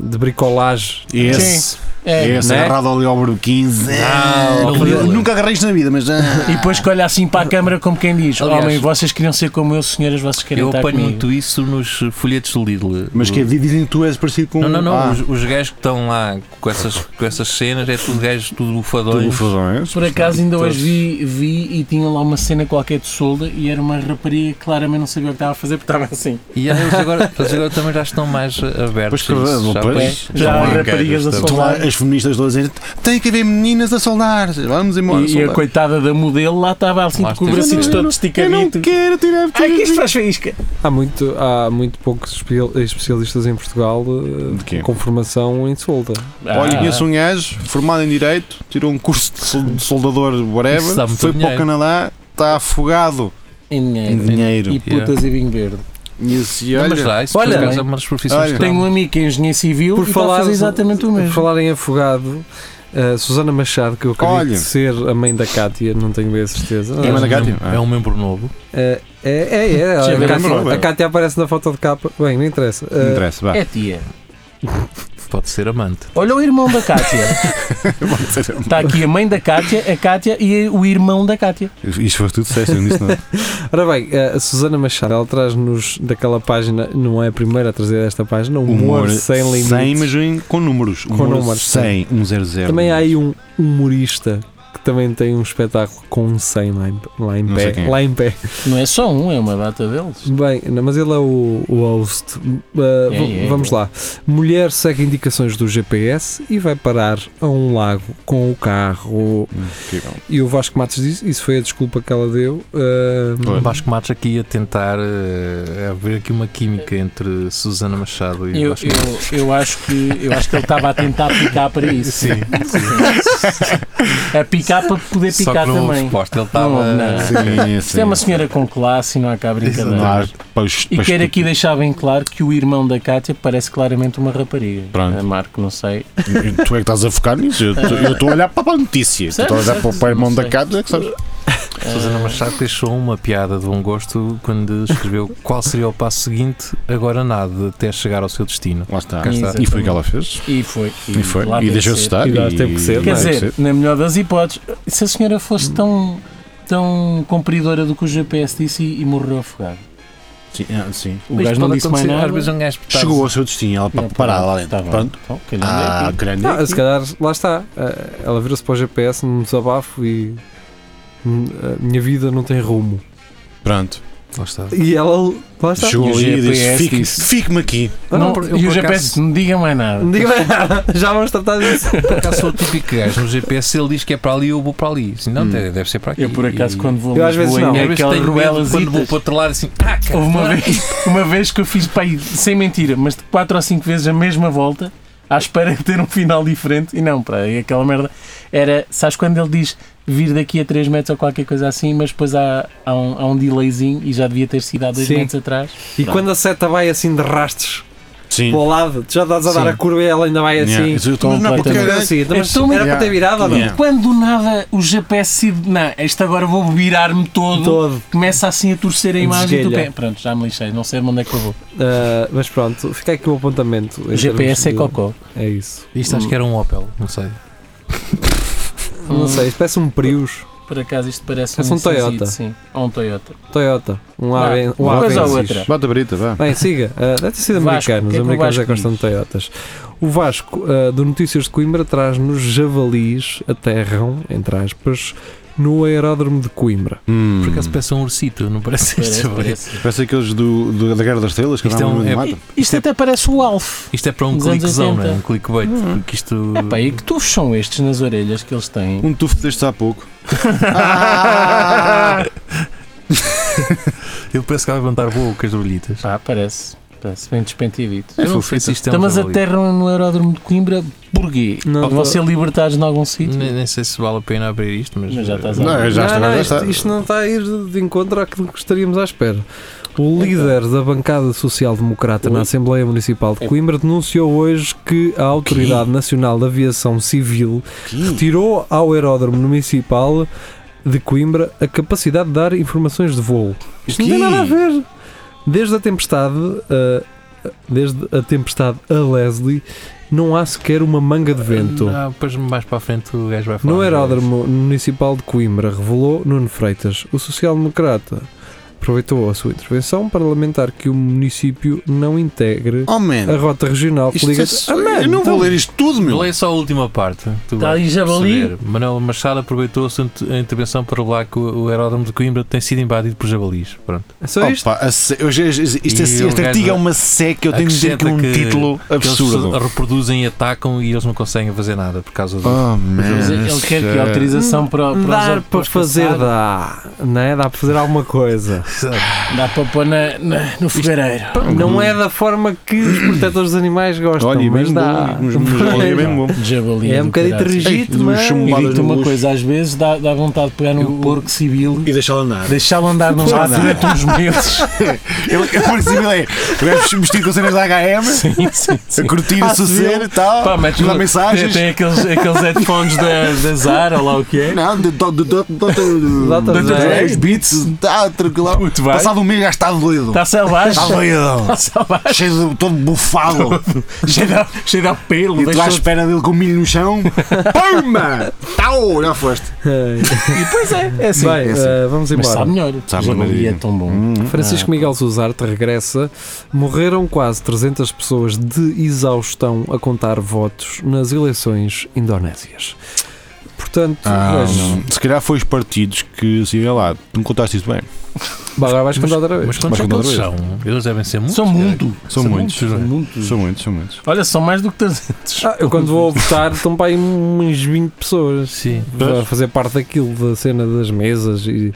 S3: de, de bricolagem.
S4: Esse,
S6: É.
S4: esse
S3: Né?
S4: agarrado ali ao Bruno 15.
S5: Ah,
S4: Eu
S5: horrível.
S4: nunca agarrei isto na vida, mas. ah.
S6: E depois que olha assim para a câmara como quem diz
S5: Aliás-
S6: Homem, vocês queriam ser como eu, senhoras, vocês querem
S5: Eu
S6: estar
S5: apanho
S6: tá comigo
S5: muito isso nos folhetos do Lidl.
S4: Mas que é, dizem que tu és parecido com.
S5: Não, não, não.
S4: Ah,
S5: Os, os gajos que estão lá com essas, com essas cenas é tudo gajos tudo
S4: tu
S5: bufadões.
S4: bufadões.
S6: Por acaso ainda hoje vi, vi e tinha lá uma cena qualquer de solda e era uma rapariga que claramente não sabia o que estava a fazer porque estava assim.
S5: E eles agora, eles agora também já estão mais abertos.
S4: Pois,
S5: a isso. já,
S4: pois,
S5: apanho-
S6: já há
S5: apanho
S6: raparigas
S5: gajos
S6: a
S5: também.
S4: Estão lá as feministas todas a dizer: tem que haver meninas a soldar. Vamos embora.
S6: E, e a
S4: soldar."
S6: coitada da modelo lá estava assim
S5: Lá
S6: com o
S5: esteve.
S6: bracinho
S5: Eu não-
S6: todo
S4: Eu não
S6: esticadito.
S4: quero tirar
S6: é Ai, que isto
S4: fotografia.
S6: faz faísca!
S3: Há muito, há muito poucos espe- especialistas em Portugal eh,
S4: De quê?
S3: com formação em solda.
S4: Olha,
S6: Ah,
S4: conheço um gajo formado em Direito, tirou um curso de sol- de soldador, whatever,
S5: Isso dá muito
S4: foi para o
S5: dinheiro.
S4: Canadá, está afogado
S6: em
S4: em
S6: dinheiro.
S4: dinheiro.
S6: É, E putas e vinho verde.
S4: E assim,
S5: Mas
S4: olha,
S5: lá, isso
S3: olha,
S5: por acaso
S6: bem.
S5: é uma das profissões
S4: Olha.
S5: que
S6: Tenho
S5: dá.
S6: um amigo que é engenheiro civil
S3: Por
S6: e está a
S3: falar-
S6: fazer exatamente o
S3: Por
S6: mesmo.
S3: falar em afogado, a Susana Machado, que eu acredito
S4: Olha.
S3: ser a mãe da Cátia, não tenho bem a certeza.
S4: É a mãe da Cátia?
S5: um- É um membro novo.
S3: Eh, é, é, é,
S6: Já
S3: a,
S6: vemos,
S3: Cátia,
S4: não é?
S3: a Cátia aparece na foto de capa. Bem, não interessa. Eh,
S4: não interessa, vá.
S6: É tia.
S5: pode ser amante.
S6: Olha o irmão da Kátia. Está aqui a mãe da Kátia, a Kátia e o irmão da Kátia.
S4: Isto foi tudo certo, eu não disse nada.
S3: Ora bem, a Susana Machado, ela traz-nos daquela página, não é a primeira a trazer esta página, um Humor, Sem Limites.
S4: mas em- com números.
S3: Com
S4: Humor
S3: números,
S4: Sem, um zero zero.
S3: Também há aí um humorista que também tem um espetáculo com um 100 lá em, lá em
S4: Não sei
S3: pé.
S4: quem é.
S3: Lá em pé.
S6: Não é só um, é uma data deles.
S3: Bem, não, mas ele é o, o host. Uh,
S6: É,
S3: v-
S6: é,
S3: vamos
S6: é.
S3: lá. Mulher segue indicações do GPS e vai parar a um lago com o carro.
S4: Incrível.
S3: E o Vasco Matos diz: Isso foi a desculpa que ela deu. uh,
S4: Foi.
S5: Vasco Matos aqui a tentar eh, haver aqui uma química entre Susana Machado e
S6: Eu,
S5: Vasco Matos.
S6: eu, eu, acho que, eu acho que ele estava a tentar picar para isso.
S5: Sim,
S6: A picar para poder
S5: só
S6: picar
S5: que não houve
S6: também.
S5: resposta. Ele estava.
S6: Não, não.
S4: Sim,
S6: Isto é uma senhora com classe e não há cá
S4: Não há-
S6: brincadeira.
S4: pois-
S6: E
S4: pois-
S6: quero aqui deixar bem claro que o irmão da Kátia parece claramente uma rapariga.
S4: Pronto.
S6: A Marco, não sei.
S4: Tu é que estás a focar nisso. Eu tô- Eu estou a olhar para a notícia. Tu
S6: Certo,
S4: estás a olhar
S6: certo,
S4: para o pai irmão
S6: não
S4: da
S6: sei.
S4: casa, é que sabes?
S5: Susana Machado deixou uma piada de bom gosto quando escreveu qual seria o passo seguinte, agora nada, até chegar ao seu destino.
S4: Lá está.
S5: Cá está.
S4: E foi o que ela fez.
S6: Ah, E foi.
S4: E foi.
S6: lá
S4: E
S6: teve
S4: deixou-se
S6: cedo.
S4: estar.
S3: E lá teve que ser,
S6: Quer
S3: Não é?
S6: dizer, na melhor das hipóteses, se a senhora fosse tão, tão cumpridora do que o GPS disse e, e morreu afogado.
S4: Sim, ah, sim.
S6: O gajo não disse mais nada.
S5: Às vezes um gajo
S4: Chegou ao seu destino, ela
S6: Tá. Não,
S4: pa- parada lá
S6: Tá
S4: dentro.
S6: bom.
S4: Pronto.
S6: Então, calhar é
S4: Ah,
S6: aqui.
S4: grande.
S3: Ah, se calhar, lá está. Uh, Ela virou-se para o GPS num desabafo e. "Hum, A minha vida não tem rumo.
S4: Pronto.
S5: Lá está.
S3: E ela. Lá está.
S4: Chegou
S6: E o
S4: ali e disse:
S6: GPS
S4: "Fique-
S6: disse-
S4: fique-me aqui.
S3: Ah,
S6: Não,
S3: por- eu
S6: e
S3: por
S6: o GPS
S3: acaso-
S6: disse, não diga mais nada.
S3: Não digo mais nada. Já vamos tratar disso.
S5: Por acaso sou o típico gajo no GPS, ele diz que é para ali, eu vou para ali. Assim, não,
S4: Hum.
S5: deve deve ser para aqui.
S6: Eu, por acaso,
S5: E-
S6: quando vou
S3: Eu
S6: a
S3: às vezes
S6: Lisboa,
S3: não.
S6: e é
S5: Às vezes
S6: aquelas
S5: tenho medo
S6: ruelas
S5: Quando vou para outro lado, assim, ah, cara,
S6: Houve uma vez, uma vez que eu fiz pá, aí, sem mentira, mas de 4 ou 5 vezes a mesma volta, à espera de ter um final diferente, e não, pá, e aquela merda era, sabes quando ele diz vir daqui a 3 metros ou qualquer coisa assim, mas depois há, há, um, há um delayzinho e já devia ter sido há 2
S3: Sim.
S6: metros atrás.
S3: E quando a seta vai assim de rastros
S4: Sim.
S3: para o lado, tu já estás a dar
S6: Sim.
S3: a curva e ela ainda vai
S4: Yeah.
S3: assim.
S4: Isso eu estou
S6: Mas não, porque
S4: completamente-
S3: Era assim, então, mas
S6: Então,
S3: era para
S4: yeah.
S3: ter virado ou não?
S4: Yeah.
S6: Quando do nada o GPS se. Não, este agora vou virar-me todo,
S3: Todo.
S6: começa assim a torcer a imagem do
S3: Desguelha.
S6: pé. Pronto, já me lixei, não sei onde é que eu vou.
S3: Ah, mas pronto, fica aqui o apontamento. em
S6: O GPS é
S3: termos de-
S6: cocó.
S3: É isso.
S5: Isto acho que era um Opel, não sei.
S6: Hum.
S3: Não sei, isso parece um Prius,
S6: Por acaso isto parece
S3: Parece um
S6: Nissanzito,
S3: Toyota.
S6: Sim, ou um Toyota.
S3: Toyota, um
S6: Ah,
S3: Aven- um
S6: uma coisa ou
S3: Avensis.
S6: outra.
S4: Bota a brita, vá.
S3: Bem, siga. Ah, deve ter sido
S6: Vasco,
S3: americanos.
S6: o que é que
S3: Os
S6: o
S3: americanos já
S6: Vasco
S3: gostam de
S6: diz?
S3: Toyotas. O Vasco, ah, do Notícias de Coimbra, traz-nos javalis aterram, entre aspas, no aeródromo de Coimbra.
S4: Hum.
S5: Por acaso parece um ursito, não parece
S6: Parece,
S5: isto?
S6: parece.
S4: Parece aqueles do, do- da Guerra das Estrelas que
S5: Isto
S4: andavam
S5: é um-
S4: no meio do
S5: é-
S4: mato.
S6: Isto até parece o Alf.
S5: Isto é para um
S6: Nos anos
S5: cliquezão, não é?
S6: 80.
S5: Um clickbait. Porque isto.
S6: É pá, e que tufos são estes nas orelhas que eles têm?
S4: Um tufo destes há pouco. Ah!
S5: Eu penso que vai levantar voo com as orelhitas.
S6: Pá, parece. Parece bem despentivito.
S5: Eu não sei se isto é um
S6: Então, mas
S5: jabalí.
S6: aterram no aeródromo de Coimbra porquê?
S3: Não,
S6: Para
S3: tô-
S6: vão ser libertados em algum sítio?
S5: Nem, nem sei se vale a pena abrir isto, mas. eh,
S6: Mas já estás a-
S4: Não, eu É, já
S3: não,
S4: está,
S3: não,
S4: já
S3: isto,
S4: está.
S3: isto não está a ir de encontro àquilo que estaríamos à espera. O líder da bancada social-democrata na
S6: Ui.
S3: Assembleia Municipal de
S6: É.
S3: Coimbra denunciou hoje que a Autoridade Nacional de Aviação Civil retirou ao aeródromo municipal de Coimbra a capacidade de dar informações de voo. Isto não tem
S4: quê?
S3: nada a ver. Desde a tempestade, ah, desde a tempestade a Leslie, não há sequer uma manga de vento.
S5: Ah, depois mais para a frente o gajo vai falar.
S3: No aeródromo municipal de Coimbra, revelou Nuno Freitas, o social-democrata aproveitou a sua intervenção para lamentar que o município não integre
S4: Oh,
S3: a
S4: man.
S3: rota regional que
S4: Isto
S3: liga...
S4: é só- eu não
S3: então
S4: vou ler isto tudo, meu.
S5: Leia só a última parte. Tu
S6: Está
S5: vais
S6: Tá aí javali?
S5: perceber. Manuel Machado aproveitou a sua inter- a intervenção para revelar que o o aeródromo de Coimbra tem sido invadido por javalis. Pronto.
S3: É só isto?
S4: Opa, a se- eu já- isto- isto-
S5: E
S4: este
S5: um
S4: artigo
S5: gajo
S4: é uma seca, eu tenho de dizer que é um
S5: acrescenta que-
S4: título
S5: Que eles
S4: absurdo.
S5: reproduzem e atacam e eles não conseguem fazer nada por causa do.
S4: Oh, man.
S6: Mas ele quer que a autorização para, para os
S3: Dá para
S6: aeroportos
S3: fazer,
S6: passarem.
S3: dá. Não é? Dá para fazer alguma coisa.
S6: Dá para pôr na, na- no fogareiro.
S3: Não é da forma que os protetores dos animais gostam,
S4: Olha, e
S3: mas
S4: bem
S3: dá.
S4: bom. Nos- nos- Olha, e bem bom.
S6: Javali
S3: É
S6: do
S3: um bocadinho
S6: caraças.
S3: rígido,
S4: Ei,
S3: mas...
S6: E
S4: chumbadas
S6: digo-te
S4: no
S6: uma
S4: luxo.
S6: coisa, às vezes dá, dá vontade de pegar num porco civil,
S4: E deixá-la andar.
S6: deixá-lo andar num lado durante uns meses.
S4: Ele, a princípio, é. O gajo vestido com cenas da HM,
S6: Sim, sim, sim.
S4: a curtir a sua cena e tal.
S6: Pá, mas
S4: mandar
S6: tu-
S4: mensagens.
S6: Tem, tem aqueles, aqueles headphones da, da Zara ou lá o que é.
S4: Não, de- do- do- do- do- do-
S3: Dr.
S4: do-
S3: Dre.
S4: Dre, os beats, tá, tranquilo.
S6: Puto, vai.
S4: Passado um mês já está doído.
S6: Está Tá selvagem.
S4: Está
S6: Está
S4: doído.
S6: selvagem.
S4: Cheio de, todo bufado.
S6: Cheio de- cheio de pelo.
S4: E tu à
S6: deixou-
S4: espera dele com milho no chão. Pumba! Tau! Já foste.
S6: E pois é, é assim.
S3: Bem,
S4: é assim.
S3: eh, vamos
S6: Mas
S3: embora.
S6: sabe melhor.
S4: Sabe,
S6: Gelo
S4: Maria.
S6: é tão bom.
S4: Ah,
S3: Francisco Miguel Zuzarte regressa. Morreram quase 300 pessoas de exaustão a contar votos nas eleições indonésias. Portanto,
S4: Ah,
S3: vejo-
S4: não. se calhar foi os partidos que se iam lá. Tu me contaste isso bem.
S3: Bah, agora vais contar outra vez.
S5: Mas quantos
S4: Mas
S5: é que
S4: quantos
S5: eles são? Eles devem ser muitos.
S6: São muito.
S4: São muitos.
S5: não é?
S4: São muitos, são muitos.
S6: Olha, são mais do que 300.
S3: Ah, eu quando vou votar estão para aí umas 20 pessoas
S5: Sim.
S3: a fazer parte daquilo, da cena das mesas e. e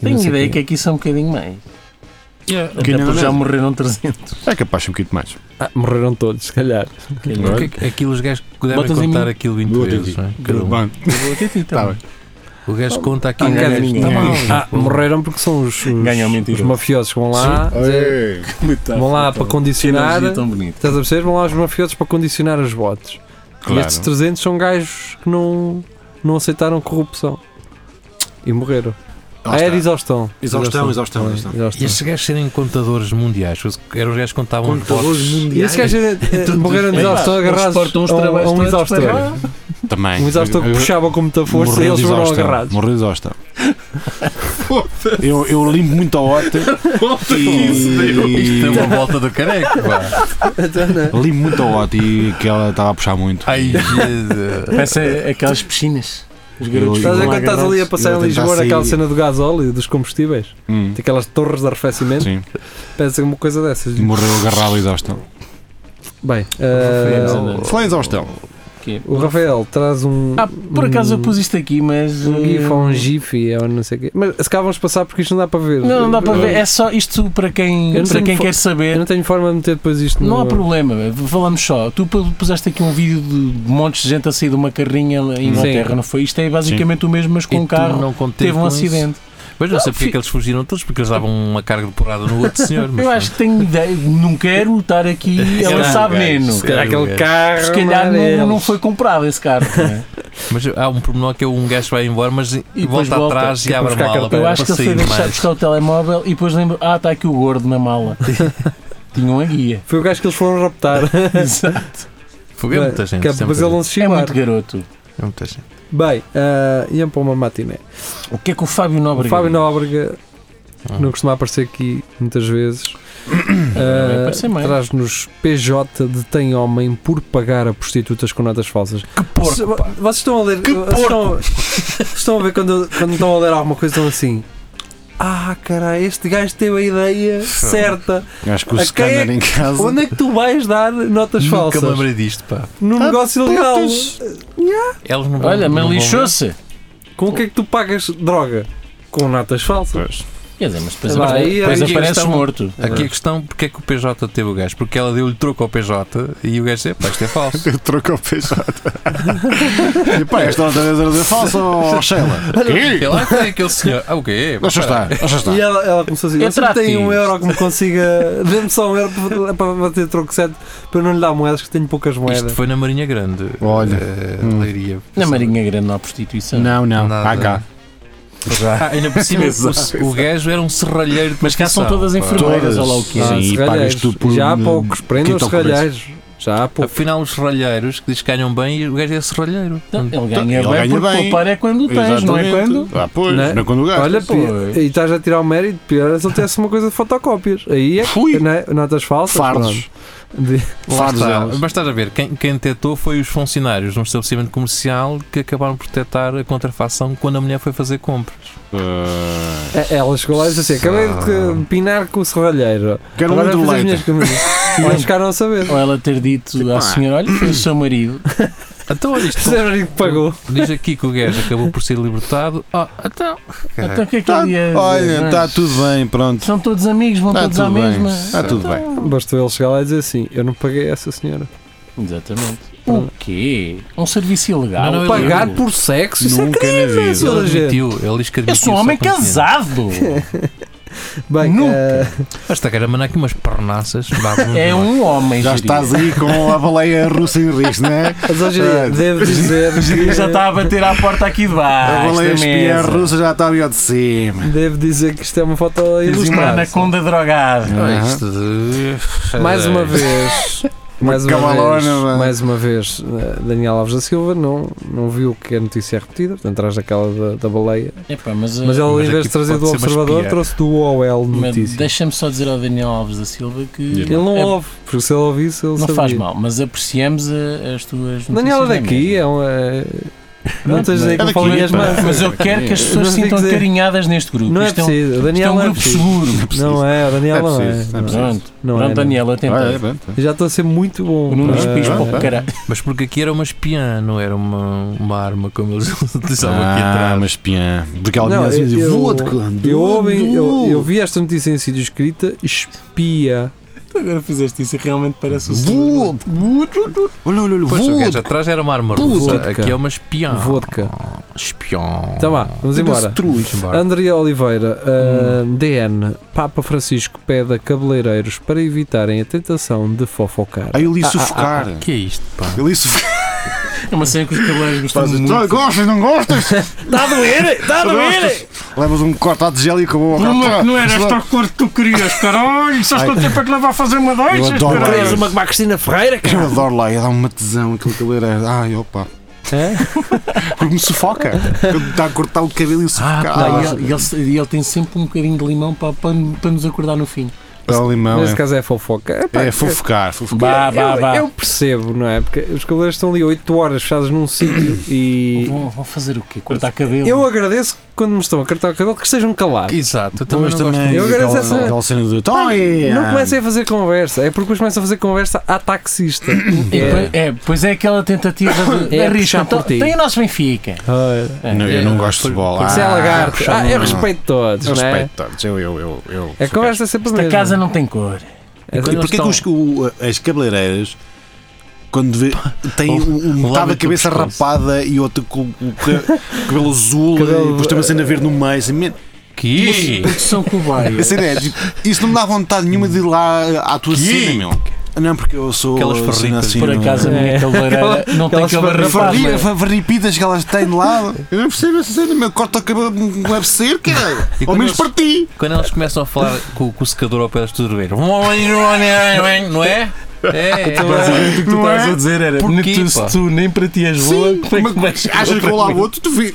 S3: não
S6: Tenho
S3: sei
S6: ideia
S3: quê.
S6: que aqui são um bocadinho mais.
S5: Yeah.
S6: Até
S4: não
S6: porque já
S4: é.
S6: morreram 300.
S4: É capaz de ser um bocadinho mais.
S6: é
S3: Ah, morreram todos, se calhar.
S5: Porque é que- aquilo os gajos que devem
S6: Botas em
S5: contar
S6: mim.
S5: aquilo 20
S4: Botas
S5: vezes,
S4: em
S5: não é? Cada um.
S4: Tá bem.
S5: O gajo conta aqui
S6: Ah,
S5: um
S6: ganha
S5: gajo.
S6: ninguém.
S5: Tá mal.
S3: Ah, morreram porque são os, os,
S6: Ganham
S3: os
S6: mentiroso.
S3: mafiosos que vão lá. dizer- Vão lá para condicionar.
S6: tão bonita.
S3: Estás a perceber? Vão lá os mafiosos para condicionar os votos. E estes 300 são gajos que não, não aceitaram corrupção. E morreram. Ah, era exaustão.
S4: Exaustão, exaustão, exaustão.
S5: E estes gajos serem contadores mundiais, eram os gajos que contavam os votos.
S3: E esses gajos eh,
S4: é
S3: morreram de
S6: Ei, pá,
S3: exaustão
S6: eles
S3: agarrados
S6: portam os
S3: a um, a
S6: trabalhos
S3: um
S6: todos
S3: exaustor.
S6: para lá.
S4: Também.
S3: Um exaustor que puxava com muita força e
S4: Morreu
S3: eles
S4: de
S3: foram
S4: exaustão.
S3: agarrados.
S4: Morreu de exaustão. eu, eu limpo muito a horta.
S5: Isto é
S4: e...
S5: uma volta do careco, pá.
S4: Limpo muito a horta e que ela estava a puxar muito.
S5: Ai, Jesus.
S6: Parece aquelas piscinas. Os garotos
S4: Eu-
S3: Estás a ver
S6: ficam lá
S3: quando estás ali a
S6: agarrados.
S3: passar
S4: Eu
S3: em
S4: vou tentar
S3: Lisboa naquela
S4: sair.
S3: cena do gás óleo, dos combustíveis,
S4: Hum,
S3: tem aquelas torres de arrefecimento,
S4: sim.
S3: pensa uma coisa dessas.
S4: E Morreu agarrado a exaustão.
S3: Bem, eh,
S6: Rafael, não.
S4: Foi exaustão.
S3: o Rafael traz um.
S6: Ah, por acaso eu pus isto aqui, mas.
S3: um GIF ou um
S6: eh,
S3: GIF ou não sei o quê. Mas se calhar vamos passar porque isto não dá para ver.
S6: Não, não dá para
S3: Eu-
S6: ver. É só isto para quem,
S3: Eu não
S6: para
S3: tenho
S6: quem
S3: fo-
S6: quer
S3: Eu
S6: saber.
S3: não tenho forma de meter depois isto
S6: Não
S5: é?
S3: no...
S6: há problema, falamos só. Tu pu- puseste aqui um vídeo de montes de gente a sair de uma carrinha em Inglaterra, não foi? Isto é basicamente o mesmo, mas com
S5: E
S6: um
S5: tu
S6: carro
S5: não contente
S6: teve um
S5: com isso?
S6: acidente. Ah,
S5: Mas não sei porque
S6: fi-
S5: é que eles fugiram todos, porque eles davam uma carga de porrada no outro senhor. mas
S6: Eu acho que tenho ideia, não quero estar aqui a
S5: calhar
S6: lançar
S5: não, é um gajo, é
S6: veneno.
S5: se
S3: Era
S5: calhar.
S3: aquele
S5: Se
S3: carro.
S5: um
S6: Se calhar
S3: não era
S6: não, não
S3: deles.
S6: foi comprado esse carro. não é?
S5: Mas há um pormenor que é um gajo vai embora, mas
S6: depois
S5: volta,
S6: volta,
S5: atrás
S3: que
S5: e
S3: é
S5: abre a
S3: para buscar
S5: mala
S3: cartão.
S6: Eu
S5: para,
S6: acho que
S5: para
S6: ele foi
S5: sair
S6: deixar
S5: mais.
S6: buscar o telemóvel e depois lembro, ah, está aqui o gordo na mala. Tinham a guia.
S3: Foi o gajo que eles foram raptar.
S6: Exato.
S5: Foi muita gente.
S3: que é para
S5: sempre
S3: fazer ele não se
S6: É
S3: chimar.
S6: muito garoto.
S5: É muita gente.
S3: Bem, ah, iam para uma matiné.
S6: O que é que o Fábio
S3: O
S6: Nobre
S3: Fábio Nóbrega,
S5: Ah.
S3: que não costuma aparecer aqui muitas vezes,
S6: vai
S3: ah,
S6: aparecer mais.
S3: traz-nos PJ detém homem por pagar a prostitutas com notas falsas.
S5: Que
S3: Se-
S5: porco, pá.
S3: Vocês estão a ler. vocês estão, estão a ver quando, quando estão a ler alguma coisa estão assim. Ah, caralho, este gajo teve a ideia certa.
S4: Acho que
S3: A
S4: o
S3: quem
S4: scanner
S3: é-
S4: em casa.
S3: Onde é que tu vais dar notas
S5: Nunca
S3: falsas?
S5: me lembrei disto, pá.
S3: Num
S4: Ah,
S3: negócio ilegal.
S4: putas.
S5: Eles não vão-
S6: Olha,
S5: não
S6: mas
S5: vão ver.
S6: lixou-se.
S3: Com o que é que tu pagas droga? Com notas falsas.
S4: Pois.
S6: Quer dizer, mas depois,
S3: Vai,
S6: apare-
S3: aí,
S6: depois
S3: aí,
S6: aparece
S5: questão-
S6: morto.
S5: Aqui a questão, porque é que o PJ teve o gajo? Porque ela deu-lhe troco ao PJ e o gajo disse, pá, isto é falso.
S4: Eu troco o PJ. e pá, esta outra vez era de falso ou Sheila?
S5: Ele lá tem aquele senhor. Ah, o quê?
S4: Deixa estar, deixa estar.
S3: E ela, ela começou assim:
S6: Eu
S3: eu sempre
S6: trato
S3: tenho um
S6: isto."
S3: euro que me consiga. Dê-me só um euro para- para bater troco certo, para eu não lhe dar moedas, que tenho poucas
S5: Isto
S3: moedas.
S5: foi na Marinha Grande.
S4: Olha.
S5: Eh,
S4: Hum.
S5: Leiria.
S6: Na Marinha Grande não há prostituição.
S4: Não, não,
S5: Nada.
S4: há cá.
S5: Ah, ainda por cima, o, o gajo era um serralheiro de
S6: Mas cá são
S5: profissão,
S6: todas
S5: pá.
S6: enfermeiras,
S4: Todas.
S6: olha lá o que é.
S4: Sim, e pagas tu por-
S3: Ah, Já há poucos, prendem os
S4: quinta ocorrência.
S3: serralheiros. Já há poucos.
S5: Afinal, os serralheiros que diz que ganham bem e o gajo é serralheiro.
S6: Então, Ele ganha
S4: Ele
S6: bem,
S4: ganha
S6: porque
S4: bem.
S6: poupar é quando tens, não é quando?
S4: Ah, pois,
S3: Não é?
S4: não é quando o gajo.
S3: Olha,
S6: pô.
S3: pi- e estás a tirar o mérito, pior é se ele tivesse uma coisa de fotocópias. Aí é
S4: Fui.
S3: que, né? notas falsas.
S4: fardos.
S3: pronto. De-
S5: Lá
S4: Fardos
S5: está.
S4: delas.
S5: Mas estás a ver, quem, quem tetou foi os funcionários num estabelecimento comercial que acabaram por tetar a contrafação quando a mulher foi fazer compras.
S4: Ah,
S3: É, Ela chegou lá e disse assim: acabei de que- pinar com o serralheiro.
S4: Quero um
S3: Agora
S4: litro
S3: vou
S4: de
S3: fazer as minhas
S4: leite.
S3: comidas. E eles ficaram a saber.
S6: Ou ela ter dito à senhora, olha, foi o seu marido.
S5: Então, olha isto.
S6: é
S3: Fizeram que pagou.
S5: Diz aqui que o gajo acabou por ser libertado. Ah, então.
S6: Então o que é que
S4: Tá-
S6: ele ia dizer, não
S4: Olha,
S6: é?
S4: está tudo bem, pronto.
S6: São todos amigos, vão
S4: Está
S6: todos à
S4: tudo bem.
S6: mesma. Então,
S4: Está tudo bem.
S3: Bastou ele chegar lá e dizer assim: eu não paguei essa senhora.
S6: Exatamente. O quê? Um serviço ilegal?
S5: Não, não,
S6: Pá,
S5: ele-
S3: Pagar
S5: eu-
S3: por sexo? Isso é
S4: Nunca na
S3: crime,
S4: vida.
S3: senhora
S5: Ele
S3: gente.
S5: admitiu, ele diz que
S6: Eu
S5: admitiu
S6: sou um
S5: só
S6: homem
S5: quando tinha-
S6: casado!
S3: Bem,
S6: Nunca.
S3: eh,
S5: Esta cara manda aqui umas pernaças. Vá, vamos
S6: É
S5: lá.
S6: um homem,
S4: Já
S6: Jeria.
S4: estás aí com a baleia russa em risco, não é?
S3: mas hoje em dia
S4: Ah,
S3: devo dizer
S6: O Jeria
S3: que,
S6: já tá- está a bater à porta aqui de
S4: a
S6: baixo. da
S4: baleia espia
S6: mesa.
S4: russa já está a vir de cima.
S3: devo dizer que isto é uma foto
S6: Tens uma
S3: ilustrada.
S6: anaconda drogada.
S5: Ah, isto de-
S3: Mais uma vez,
S4: Uma
S3: mais uma
S4: cavalona,
S3: vez,
S4: mano.
S3: mais uma vez, eh, Daniel Alves da Silva não, não viu que a notícia é repetida, portanto, atrás daquela da, da baleia.
S6: Epá, mas, uh,
S3: Mas eh, ele,
S5: mas
S3: em vez de
S5: aqui
S3: trazer
S5: pode
S3: do
S5: ser uma
S3: Observador,
S5: espia.
S3: trouxe do OL
S6: mas
S3: Notícias.
S6: deixa-me só dizer ao Daniel Alves da Silva que
S3: Ele não
S6: é-
S3: ouve, porque se ele ouvisse, ele
S6: não
S3: sabia.
S6: faz mal, mas apreciamos uh, as tuas notícias.
S3: Daniel é
S6: da
S3: daqui,
S6: mesa.
S3: é um. eh, Não
S6: Pronto,
S3: tens aí que
S6: mas-
S4: É
S3: eu
S4: daqui,
S3: falo minhas
S4: pá.
S3: mãos.
S6: Mas eu quero que as pessoas
S3: Não
S6: se
S3: tem que
S6: sintam
S3: dizer-
S6: carinhas neste grupo.
S3: Não é
S6: isto é um-
S3: preciso. O
S6: isto é
S3: Daniel
S6: um
S3: não é
S6: grupo
S3: preciso.
S6: seguro.
S3: Não é, o Daniel
S4: É
S3: não é.
S4: preciso, é
S3: não é.
S4: preciso.
S6: Pronto,
S3: Não é,
S6: pronto
S3: não.
S6: Daniel, eu tentei.
S4: Ah, é, pronto.
S3: Já estou a ser muito bom.
S6: O Nuno
S3: para-
S6: Espis,
S4: Ah,
S6: pô,
S4: ah,
S6: caralho.
S5: Mas porque aqui era uma espiã, não era uma, uma arma, como eles utilizavam aqui
S4: Ah,
S5: atrás.
S4: mas piã. De galinha
S3: Não,
S4: assim,
S3: eu-
S4: voa de quando?
S3: Eu, ouvi, eu, eu vi esta notícia em sítio escrita, espia.
S6: Tu Agora fizeste isso e realmente parece o
S4: Voa
S6: seguro.
S4: de Olha, olha, olha,
S5: Pois, o gajo
S4: voa
S5: atrás era uma arma
S4: Vodka.
S5: russa, aqui é uma espiã.
S4: Ah.
S3: Vodka.
S5: Espião.
S3: Então vá, vamos embora.
S4: Destrui.
S5: Vamos embora.
S3: André Oliveira, ah,
S4: Hum.
S3: DN, Papa Francisco pede a cabeleireiros para evitarem a tentação de fofocar.
S4: Aí eu li sufocar.
S5: Que é isto, pá?
S4: Eu li sufocar.
S6: É uma cena que os cabeleiros gostam
S4: Fazes, "Ah,
S6: muito. Tá
S4: Gostas, não gostas?
S3: Está a doer! Está a
S4: Gostas? Levas um cortado de gel e acabou.
S6: Uma que não era esta cor que tu querias, caralho! Sabes
S4: Ai.
S6: quanto tempo é que leva a fazer uma
S4: Eu
S6: deixa,
S4: adoro
S6: caralho?
S4: isso.
S3: uma como a Cristina Ferreira,
S4: Eu adoro lá, ia dar uma tesão aquele cabeleireiro. Ai, opa.
S3: É?
S4: Porque me sufoca. Ele Está a cortar o cabelo e sufocar.
S6: Ah, e ele, e ele- e ele tem sempre um bocadinho de limão para, para, para nos acordar no fim.
S4: É o limão,
S3: Neste
S4: é.
S3: caso é fofoca. Epá,
S4: É fofocar, fofocar.
S6: Bah, bah,
S3: eu,
S6: bah.
S3: eu percebo, não é? Porque os cabeleireiros estão ali 8 horas fechados num sítio e.
S6: Vão, vão fazer o quê? Cortar cabelo?
S3: Eu agradeço que quando me estão a cortar o cabelo que estejam calados.
S5: Exato, eu também
S4: Mas
S5: não gosto
S4: também
S3: então, Eu agradeço
S4: aquela-
S3: essa-
S4: Aquela cena do.
S3: Não comecem a fazer conversa, é porque depois começam a fazer conversa a taxista.
S6: É, pois- é, pois é aquela tentativa de
S3: É
S6: arriscar.
S3: puxar por
S6: Então,
S3: ti.
S6: tem o nosso Benfica. É.
S4: Não, eu não gosto de bola.
S3: Isso é
S4: Ah,
S3: lagarto.
S4: puxa,
S3: Ah,
S4: não,
S3: eu
S4: não.
S3: respeito todos,
S4: Eu
S3: não é?
S4: respeito todos. Eu, eu, eu. eu
S3: A conversa é sempre a
S6: Esta
S3: mesma.
S6: casa não tem cor.
S3: É-
S4: E porquê que os, o- as cabeleireiras, quando vê, têm
S5: Ou-
S4: um- um
S5: ou
S4: metade da
S5: abrem
S4: cabeça
S5: tudo pescoço.
S4: rapada e outra com com o ca- cabelo azul
S3: Cabelo- eh,
S4: e depois tem uma cena verde no meio? Assim, man,
S5: Que?
S6: Porque são
S4: a
S6: cobaias.
S4: cena é, tipo, isso não me dá vontade nenhuma de ir lá eh, à tua cena, meu. Não, porque eu sou.
S5: Aquelas
S4: cena assim,
S5: farripas.
S6: Por
S4: não-
S6: acaso a minha
S3: É.
S6: cabeleireira não tem
S3: Aquelas
S6: cabelo rapado.
S4: Farri-
S6: mas-
S4: Farripitas que elas têm de lado. Eu não percebo essa cena, meu. Corta o cabelo de um ser, cara.
S5: E
S4: Ao
S5: quando
S4: menos
S5: eles-
S4: para ti.
S5: Quando eles começam a falar com, com o secador ao pé das torreiras, não é? É, é.
S6: O que tu
S4: Não
S6: estás
S4: é?
S6: a dizer era
S5: Porquê,
S6: tu,
S5: pá?
S6: se tu nem para ti és boa,
S4: Sim,
S6: como é que
S4: mas
S6: vais
S4: achas que eu lá vou, tu te vi.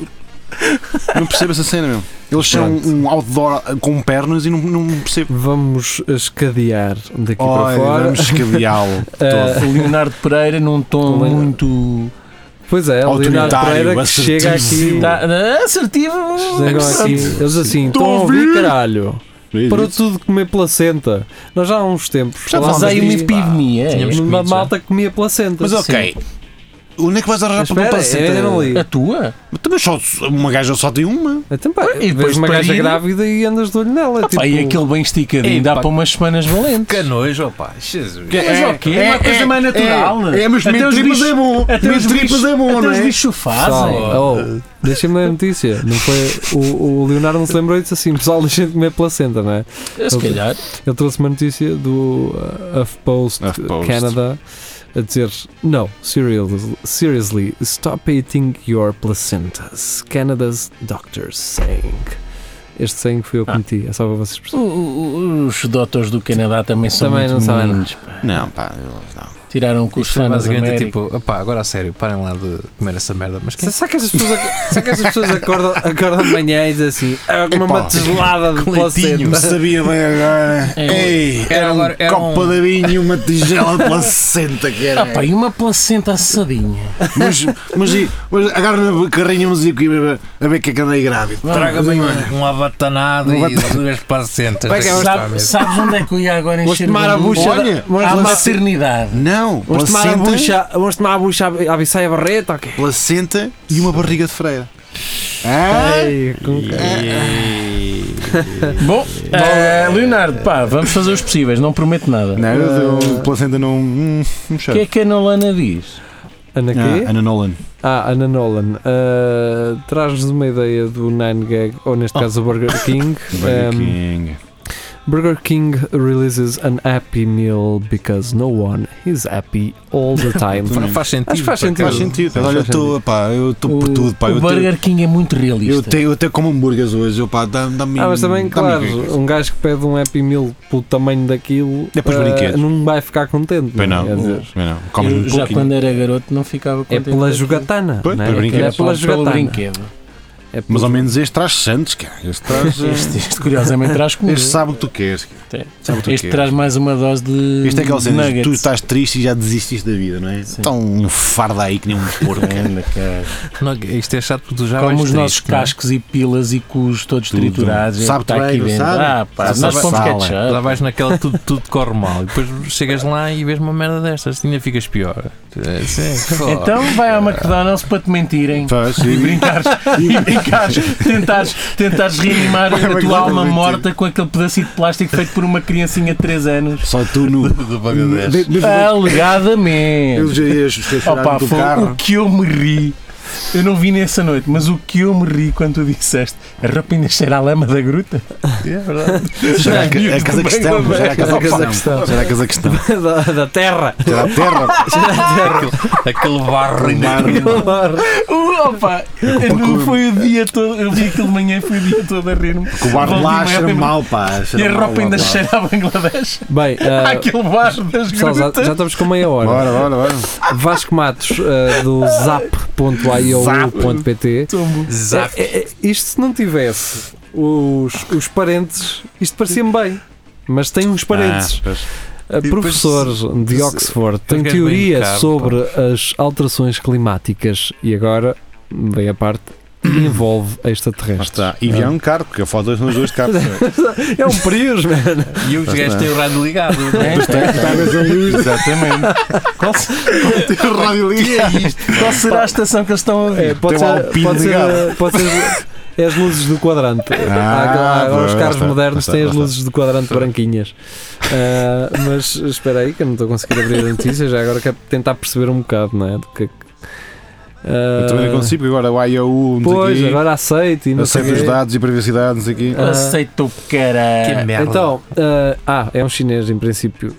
S4: Não percebo essa cena, meu. Eles são um outdoor com pernas e não, não percebo.
S3: Vamos escadear daqui para fora.
S4: vamos escabeá-lo
S3: Eh, É.
S4: todo.
S6: O Leonardo Pereira num tom
S3: Leonardo.
S6: muito
S3: Pois é, o Leonardo
S4: Autoritário,
S3: Pereira que
S4: assertivo.
S3: chega aqui.
S6: tá, assertivo.
S3: Chegam aqui, eles assim, estão a ouvir, caralho.
S4: É
S3: Parou tudo de comer placenta. Nós já há uns tempos
S4: Já
S6: Mas
S3: falámos
S6: há aí uma
S3: disto.
S6: epidemia.
S5: Tínhamos-
S6: é.
S3: Uma
S5: Comido já.
S3: malta que comia placenta.
S4: Mas ok. Onde é que vais arranjar
S3: Mas
S4: para uma
S3: espera, eu ainda não
S4: placenta?
S3: li.
S6: A tua?
S4: Também só uma gaja só tem uma.
S3: Então, pá,
S6: E depois
S3: vês uma gaja
S6: parir.
S3: grávida e andas de olho
S4: Ah,
S3: nela. tipo,
S6: Pá, e aquele bem esticadinho
S5: Ei,
S6: dá
S5: pá.
S6: para umas semanas valentes.
S5: Canojo, opá, Jesus.
S6: Mas é o quê? É uma coisa mais natural.
S4: É, é mas
S6: Até
S4: meter
S6: os
S4: tripas
S6: bichos-
S4: é bom.
S6: Até os
S4: Meter tripas
S6: bichos-
S4: é bom,
S6: até
S4: não
S6: os
S4: é?
S6: bichos
S3: pessoal,
S6: fazem.
S3: oh, Deixa-me ler a notícia. Não foi, o, o Leonardo não se lembrou e disse assim: pessoal, deixem de comer placenta, não é?
S6: Se calhar.
S3: Ele trouxe uma notícia do uh, HuffPost
S4: HuffPost.
S3: Canada a dizer: No, seriously, seriously, stop eating your placentas. Canada's doctors saying. Este saying fui eu que
S6: Ah.
S3: meti, é só para vocês
S6: O-
S3: perceberem.
S6: o- Os doutores do Canadá também são
S3: Também
S6: muito
S3: não sabem
S6: meninos, pá.
S4: Não, pá, eu- não.
S6: Tiraram o curso
S5: Isto é
S6: lá nas
S5: basicamente
S6: Américas.
S5: tipo, opá, agora a sério, parem lá de comer essa merda. Mas quem
S3: Será que essas pessoas, será que essas pessoas acordam, acordam de manhã e dizem assim: "Ah, eu comi
S4: Epá.
S3: uma tegelada de
S5: Com leitinho."
S4: Me
S3: placenta?
S4: sabia bem agora.
S6: É,
S4: Ei,
S5: era
S4: era,
S5: agora-
S4: um
S5: era
S4: copo
S5: um-
S4: de vinho e uma tigela de placenta que era.
S6: Ah, pá, e uma placenta assadinha.
S4: Mas, mas, e- mas agarra na carrinha mas e aqui a ver- a ver que é que andei grávido.
S5: Traga-me um abatanado
S4: Um
S5: e duas placentas.
S3: Vai que é um
S5: Sabe-
S6: Sabe, sabes onde é que eu ia agora
S3: Vamos
S6: encher
S3: tomar a
S6: bumbum?
S3: bucha. da-
S4: Olha,
S3: vamos
S6: à
S3: tomar-
S6: maternidade.
S4: Não,
S3: Vamos tomar a
S4: placenta,
S3: bucha, vamos tomar a bucha à à Bissaia Barreto, ok?
S4: placenta e uma barriga de freira. Ah,
S3: Ai, com-
S6: Bom, eh, Leonardo, pá, vamos fazer os possíveis, não prometo nada.
S4: não, eu, eu- placenta não. Hum, não
S6: O que
S4: cheiro.
S6: é que a Nolana diz?
S3: Ana quê?
S4: Ah, Ana Nolan.
S3: Ah, Ana Nolan, ah, traz-nos uma ideia do Nine Gag, ou neste caso o Burger King.
S4: Oh. Burger
S3: Ahm,
S4: King.
S3: Burger King releases an happy meal because no one is happy all the time.
S4: Fa-
S5: Faz sentido.
S3: Acho que faz
S5: por acaso.
S4: Faz sentido.
S3: Faz
S4: Olha, eu
S3: sentido.
S4: estou, pá, eu estou por
S6: O-
S4: tudo, pá.
S6: o
S4: eu
S6: Burger King é muito
S4: te, eu,
S6: realista.
S4: te, eu até como hambúrgueres hoje, eu, pá, dá-me. Dá
S3: Ah, mas também, claro, um gajo que pede um Happy Meal pelo tamanho daquilo
S4: É para os
S3: ah,
S4: brinquedos.
S3: não vai ficar contente.
S4: Bem, não.
S3: é? Quer dizer,
S4: Bem, não. Comes
S6: Eu
S4: muito
S6: já
S4: pouquinho.
S6: quando era garoto não ficava
S3: É
S6: contente.
S3: pela
S6: com
S3: jogatana.
S4: Pois,
S3: não
S4: para
S3: é?
S6: aquilo.
S4: brinquedo.
S3: Aquilo é pela
S6: Era pelo, pelo
S3: jogatana.
S6: brinquedo.
S3: É
S4: Mas ao
S3: pelo-
S4: menos este traz Santos, cara. Este traz. eh,
S6: Este, este, curiosamente traz comida.
S4: Este sabe o que tu queres. cara.
S6: Tem.
S4: Sabe o que tu
S6: Este
S4: queres.
S6: traz mais uma dose de.
S4: Este é aquele
S6: de
S4: cena de tu
S6: nuggets.
S4: estás triste e já desististe da vida, não é?
S6: Sim.
S4: Então farda aí que nem um porco. cara.
S6: Anda, cara.
S5: Não, isto é chato porque tu
S4: tá
S5: já
S6: Como
S5: vais
S6: os
S5: triste,
S6: nossos
S5: não é?
S6: cascos e pilas e cus todos
S4: Tudo.
S6: triturados.
S4: Sabe
S6: está
S4: bem,
S6: aqui
S4: não
S6: dentro.
S4: sabe?
S6: Ah, pá,
S4: Sabe
S6: nós pomos
S4: sala.
S5: Já
S6: ketchup.
S5: vais naquela, tudo, tudo corre mal. E depois chegas lá e vês uma merda destas, ainda ficas pior. É, sim, claro.
S6: Então vai ao McDonald's para te mentirem.
S4: Faz,
S6: E
S4: e-
S6: brincares, e brincares, tentares, tentares reanimar
S4: Vai,
S6: a
S4: vai,
S6: tua
S4: vai,
S6: alma
S4: vai,
S6: morta com aquele pedacito de plástico feito por uma criancinha de 3 anos.
S4: Só tu no. De- de-
S6: Alegadamente.
S4: Elogiei as pessoas que choraram
S6: Opa,
S4: do
S6: foi o
S4: carro.
S6: que eu me ri. Eu não vi nessa noite, mas o que eu me ri quando tu disseste a roupa ainda cheira à lama da gruta. É verdade.
S4: Será que é Cazaquistão?
S6: Bangladesh.
S4: Será que
S3: Será
S4: é
S3: Cazaquistão?
S4: Cazaquistão? Será que é Cazaquistão?
S3: da, da terra.
S4: Será a terra?
S5: aquele, aquele
S6: É,
S5: barro
S4: Barro.
S6: Uh, opa, eu não foi o dia todo. Eu vi aquilo de manhã e foi o dia todo a rir-me.
S4: Que o bar de
S6: Volta e
S4: lá
S6: meia
S4: cheira
S6: lembro-
S4: mal, pá.
S6: E
S4: cheira
S6: a
S4: mal,
S6: roupa ainda
S4: lá, lá.
S6: cheira a Bangladesh.
S3: Bem, ah,
S6: Aquele barro das
S3: pessoal, já,
S6: grutas.
S3: já estamos com meia hora.
S4: Bora, bora, bora.
S3: Vasco Matos ah, do zap.io.pt
S6: Tombo.
S5: Zap.
S3: É, é, é, isto se não tivesse os, os parentes, isto parecia-me bem. Mas tem uns parentes.
S4: Ah, pois.
S3: Ah,
S5: depois-
S3: Professor de
S5: se-
S3: Oxford tem
S5: quero
S3: teoria
S5: brincar, pá.
S3: sobre as alterações climáticas e agora vem a parte que envolve
S4: Lá
S3: extraterrestres.
S4: está. E vieram um carro, porque a foto são os dois de carro.
S3: É um período, mano.
S5: E os gajos têm o rádio ligado. não é?
S6: Então, Exatamente. Qual, se-
S4: O rádio ali.
S5: Que é isto?
S6: qual será a estação que eles estão a
S3: É,
S6: ouvir?
S3: pode,
S4: Tem lá
S3: ser,
S4: o pino
S3: pode, ser,
S4: ligado. Ah,
S3: ah, pode ser- É as luzes do quadrante. Há- há- agora os
S4: pois,
S3: carros
S4: lá está, lá
S3: modernos
S4: está,
S3: têm
S4: lá
S3: as
S4: está.
S3: luzes do quadrante branquinhas. Ah, mas espera aí, que eu não estou a conseguir abrir a notícia. Já agora quero tentar perceber um bocado, não é? Do que é que- Ah,
S4: Eu também não consigo, porque agora o IOU, não
S3: Pois,
S4: sei o quê,
S3: agora aceito e não sei
S4: aceita os
S3: quê.
S4: dados e privacidade, não sei o quê.
S3: Ah.
S6: Aceito o
S5: Que
S6: cara.
S5: merda.
S3: Então, ah, ah, é um chinês em princípio.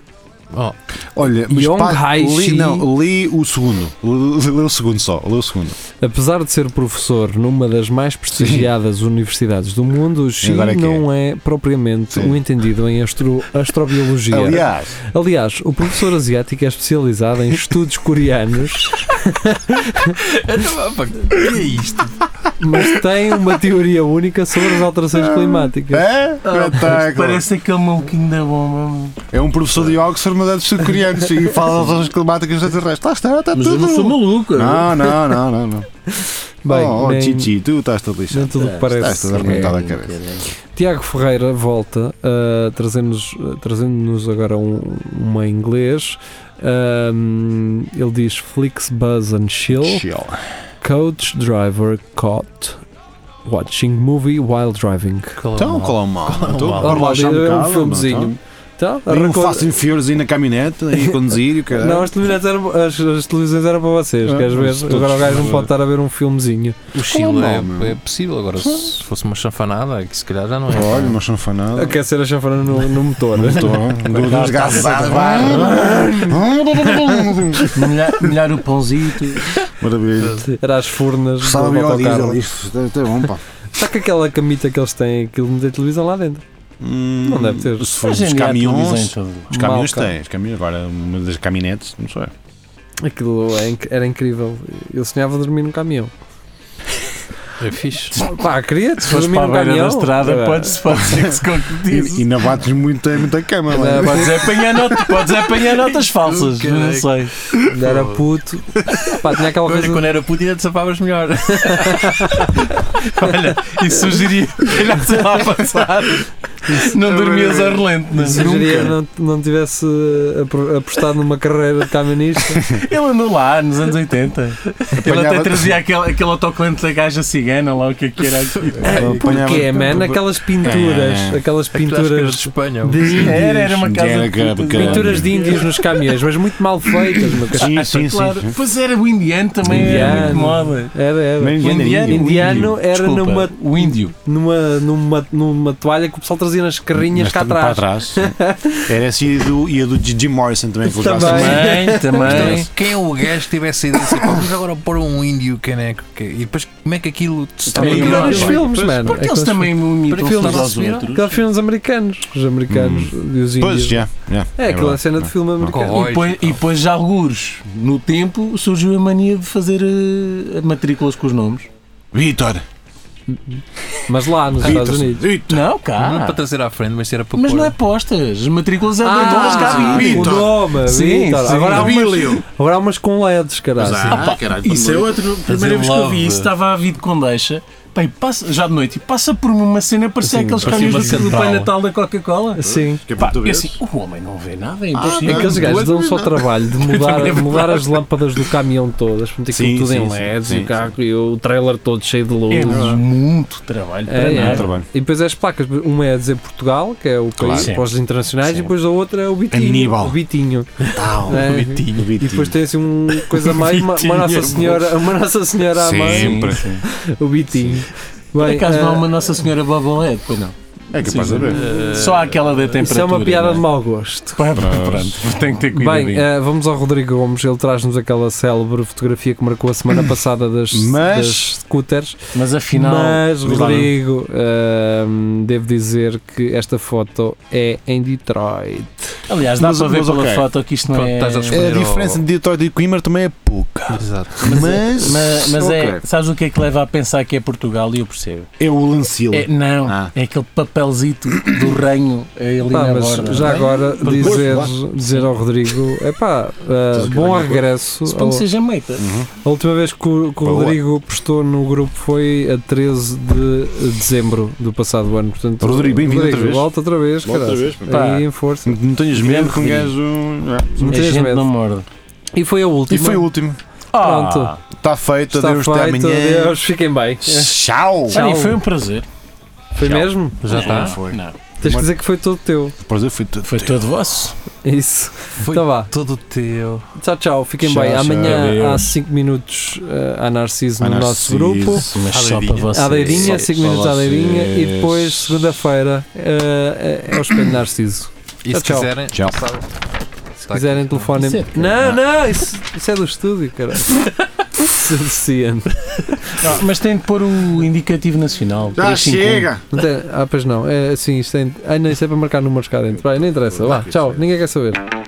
S5: Oh,
S4: Olha, mas
S3: Yong
S4: pá,
S3: Hai
S4: li,
S3: Shi.
S4: não, li o segundo. Li, li o segundo só, li o segundo.
S3: Apesar de ser professor numa das mais prestigiadas universidades do mundo, o Xi
S4: Agora é que é.
S3: não é propriamente
S4: Sim.
S3: um entendido em astro- astrobiologia.
S4: Aliás,
S3: Aliás, o professor asiático é especializado em estudos coreanos,
S5: então, opa, que é isto?
S3: mas tem uma teoria única sobre as alterações climáticas.
S4: ah, é? espetáculo.
S6: Ah, Parece aquele maluquinho da bomba.
S4: É um professor de Oxford, mas é de sul-coreanos e fala das ações climáticas extraterrestres. Lá está, está tudo.
S6: maluco.
S4: Não, não, não, não. não.
S3: Bem,
S4: oh, oh
S3: nem,
S4: Chichi, tu estás todo
S3: nem
S4: lixado.
S3: tudo o que
S4: Estás
S3: parece.
S4: toda
S3: é.
S4: arrebentada a cabeça.
S3: Tiago Ferreira volta, uh, trazendo-nos trazendo-nos agora um, uma em inglês. Um, ele diz Flix Buzz and Chill,
S4: Chill.
S3: Coach Driver Caught Watching Movie While Driving.
S4: Então,
S5: Colombo.
S4: qual é o mal?
S5: Qual é o
S4: Então,
S5: mal?
S4: para
S3: Normal,
S4: relaxar um
S3: é um
S4: bocado,
S3: filmezinho.
S4: não,
S3: Então,
S4: então. E Um
S3: arrancou-
S4: Fast and Furious aí na caminhonete, aí a conduzir e o caralho.
S3: Não, as televisões, eram, as, as televisões eram para vocês,
S4: Ah,
S3: queres
S4: mas
S3: ver?
S4: todos-
S3: Agora o gajo não pode estar a ver um filmezinho.
S5: O Chile
S4: Colombo,
S5: é-
S4: meu.
S5: é, possível. Agora, se fosse uma chanfanada, que se calhar já não é.
S4: Olha, não chanfa nada.
S3: Aquecer a chanfana no, no motor. Tá,
S4: Estou desgasado.
S6: Melhor, melhor o pãozito.
S4: Maravilha.
S3: Era as furnas
S4: Sabe
S3: do
S4: o diesel,
S3: autocarro.
S4: isto isto é bom, pá.
S3: Está com aquela camita que eles têm, aquilo não tem televisão lá dentro. Não deve ter.
S4: Se for
S6: Hoje em
S4: os
S6: dia há televisão em
S4: caminhões.
S6: todo lado.
S4: Os caminhões
S3: Mal, cara.
S4: têm, os caminhões. Agora, uma das caminhonetes, não sei.
S3: Aquilo é inc- era incrível. Eu sonhava dormir num caminhão.
S5: É fixe.
S3: Pá, queria te
S6: Se fores
S3: dormir
S6: para a
S3: num
S6: beira da
S3: caminhão.
S6: estrada,
S3: Ah,
S6: podes pode ser que se
S4: E
S6: concretize.
S4: ainda bates muito, tem muita cama, não é?
S3: Não,
S6: Podes apanhar, not- podes apanhar notas falsas,
S5: Caraca.
S6: não sei.
S3: Ainda era puto. Pá, tinha aquela
S5: Olha,
S3: coisa.
S5: quando era puto ainda te safavas melhor.
S6: Olha, isso sugeria que olhasse lá a passar. Não dormias a relento, não é?
S3: Se
S6: Nunca.
S3: eu não, não tivesse eh, apro- apostado numa carreira de camionista,
S6: Ele andou lá nos anos 80. Ele até
S4: Apanhava-
S6: trazia aquele, aquele autocolante da gaja cigana, lá o que é que era aquilo.
S4: Apanhava-
S3: que é, man? Aquelas pinturas,
S4: É.
S3: aquelas
S5: Pinturas de
S3: pinturas,
S5: Espanha.
S6: Era, era uma casa.
S4: Era
S6: de putas.
S4: cara-
S3: pinturas de índios nos caminhões, mas muito mal feitas. uma coisa-
S4: Sim, sim,
S6: Claro.
S4: sim.
S6: Pois era o indiano também, era
S3: Indiano.
S6: muito moda.
S3: Era, era.
S4: Mas
S6: O
S4: indiano,
S6: indiano,
S3: Indiano
S6: o índio.
S3: era
S6: Desculpa,
S3: numa-
S6: O índio.
S3: Numa, numa, numa toalha que o pessoal pessoas e nas carrinhas
S4: Mas
S3: cá
S4: também para
S3: atrás.
S4: atrás. Era assim e a do, e a do Jim Morrison também, que eu já
S3: Também.
S4: sei.
S6: Também, também.
S5: Quem é o gajo que tivesse a ideia de dizer, "Pá, vamos agora pôr um índio caneco? que- E depois como é que aquilo se
S6: Também
S5: torna uma
S6: não é
S3: Aqueles
S5: coisa?"
S6: bem.
S3: filmes, mano.
S6: Porque eles
S3: Aqueles
S6: também imitam-se
S3: filmes
S6: uns aos
S5: não se
S6: outros.
S3: Aqueles filmes americanos, os americanos e os
S4: Hum. Pois,
S3: índios.
S4: já. já,
S3: É, aquela
S4: verdade.
S3: cena de filme americano.
S5: Corrói.
S6: E depois, e depois, já algures, no tempo, surgiu a mania de fazer eh, matrículas com os nomes.
S4: Vitor,
S3: Mas lá nos Estados
S4: Vitor,
S3: Unidos.
S4: Vitor.
S6: Não, é
S5: Não é
S6: cá.
S5: para trazer à frente, mas era para
S6: Ah. Mas
S5: pôr.
S6: não é postas. As matrículas é de onde elas cá
S3: Ah,
S6: virem.
S3: o
S4: Vitor.
S3: nome,
S6: Sim,
S3: Vitor.
S6: sim.
S3: Agora, há umas,
S4: Abílio.
S3: agora há umas com LEDs, caralho.
S4: Ah,
S6: Pá,
S4: caralho,
S6: isso é outro. Primeira vez que eu
S5: love.
S6: vi isso, estava a vir com deixa. Pá, e passa, já de noite, e passa por uma cena, parecia
S3: Assim,
S6: aqueles
S5: parecia
S6: caminhos
S5: uma
S6: do, do Pai
S5: central.
S6: Natal da Coca-cola.
S3: Sim.
S4: Que é
S6: Pá,
S4: para tu
S6: eu
S4: veres.
S6: assim, o homem não vê nada, é
S4: Ah,
S6: impossível.
S3: Aqueles
S4: não,
S3: gajos
S4: não é
S3: dão-se ao
S4: verdade.
S3: trabalho de
S6: Também é
S3: mudar,
S6: verdade.
S3: mudar as lâmpadas do caminhão todas, meter aquilo
S4: Sim,
S3: tudo em
S4: sim, sim,
S3: LEDs e,
S4: sim,
S3: o carro, e o trailer todo cheio de luz.
S6: é muito trabalho para
S3: É, é.
S6: nada.
S4: trabalho.
S3: E depois é as placas, uma é a dizer Portugal, que é o país
S6: Claro.
S3: para os internacionais,
S4: Sim.
S3: e depois a outra é o Bitinho.
S4: Aníbal.
S3: O Bitinho.
S4: Tal,
S3: É.
S4: Vitinho.
S3: E depois tem assim uma coisa a mais, uma,
S6: é
S3: uma Nossa Senhora, uma Nossa Senhora à mãe,
S4: Sempre.
S3: o Bitinho.
S6: Por
S3: Bem,
S6: acaso não há
S3: ah,
S6: uma Nossa Senhora Bobolete, pois não.
S4: É capaz de haver.
S6: Só há aquela da temperatura.
S3: isso é uma piada
S6: não
S3: de mau gosto.
S6: Pá, Pronto, tem que ter cuidado.
S3: Bem, ah, vamos ao Rodrigo Gomes, ele traz-nos aquela célebre fotografia que marcou a semana passada das,
S4: Mas-
S3: das scooters.
S6: mas afinal,
S3: Mas,
S4: diz lá,
S3: Rodrigo, ahm, devo dizer que esta foto é em Detroit.
S6: aliás, dá
S4: Mas-
S6: para ver
S4: mas
S6: pela
S4: ok.
S6: foto que isto não
S5: Pronto,
S6: é.
S5: estás
S4: É,
S5: a
S4: A
S5: Primeiro-
S4: diferença de Detroit e Coimbra também é pouca.
S5: Exato.
S4: Mas,
S6: Mas, mas é,
S4: Ok.
S6: sabes o que é que leva a pensar que é Portugal? E eu percebo.
S4: é o Lancila.
S6: É, não,
S4: Ah.
S6: é aquele papelzito do reino eh, ali
S3: Pá,
S6: na
S3: mas
S6: borda.
S3: já agora
S4: é? Por
S3: dizer,
S4: gosto,
S3: dizer ao Rodrigo, epá,
S4: é
S3: ah, bom regresso.
S6: Suponho que
S3: A-
S6: seja meita.
S3: A última vez que o, que o
S4: Boa.
S3: Rodrigo postou no grupo foi a 13 de dezembro do passado ano. Portanto,
S4: Rodrigo, bem-vindo
S3: Rodrigo,
S4: outra vez.
S3: Volta outra vez,
S4: Volta
S3: caralho.
S4: outra vez,
S6: pá.
S3: Aí em força.
S4: Não tenhas medo que um gajo. é.
S3: Não
S6: A
S3: tens
S6: gente
S3: medo.
S6: não morde.
S3: E foi a
S4: E
S3: última.
S4: foi o último.
S6: Ah,
S3: Pronto.
S4: Está Tá feito,
S3: Está
S4: adeus, até
S3: feito,
S4: amanhã.
S3: adeus, fiquem bem.
S4: Tchau!
S3: Tchau.
S6: olha, foi um prazer.
S3: Foi mesmo?
S5: Já está.
S6: Não, foi. Não.
S3: Tens que dizer que foi todo teu.
S4: O prazer foi todo.
S6: Foi todo vosso.
S3: Isso.
S5: Foi
S3: Então vá.
S5: todo teu.
S3: Tchau, tchau. Fiquem
S4: Tchau,
S3: bem.
S4: tchau.
S3: Amanhã
S6: Adeus.
S3: há 5 minutos eh, à Narciso
S4: Ah,
S3: no
S4: Narciso.
S3: nosso grupo.
S6: Mas
S5: À
S6: só para
S5: leirinha.
S6: vocês.
S3: À deirinha,
S6: Só-
S3: 5 minutos à
S4: vocês.
S3: deirinha e depois segunda-feira eh, eh, é o espelho Narciso.
S5: E se
S3: Tchau, tchau.
S5: quiserem,
S4: Tchau.
S5: sabe, está
S3: Se quiserem
S5: Tá aqui.
S3: telefone.
S6: Isso é-
S3: não, não, isso, isso é do estúdio, caralho. Suficiente.
S6: Não, mas tem de pôr o indicativo nacional.
S4: Já
S6: 351.
S4: chega!
S3: Não é- ah, tem- ah, pois não, é assim, isto tem. Ai, não, isso é para marcar números cá dentro. Vai, não interessa, vá, tchau, ninguém quer saber.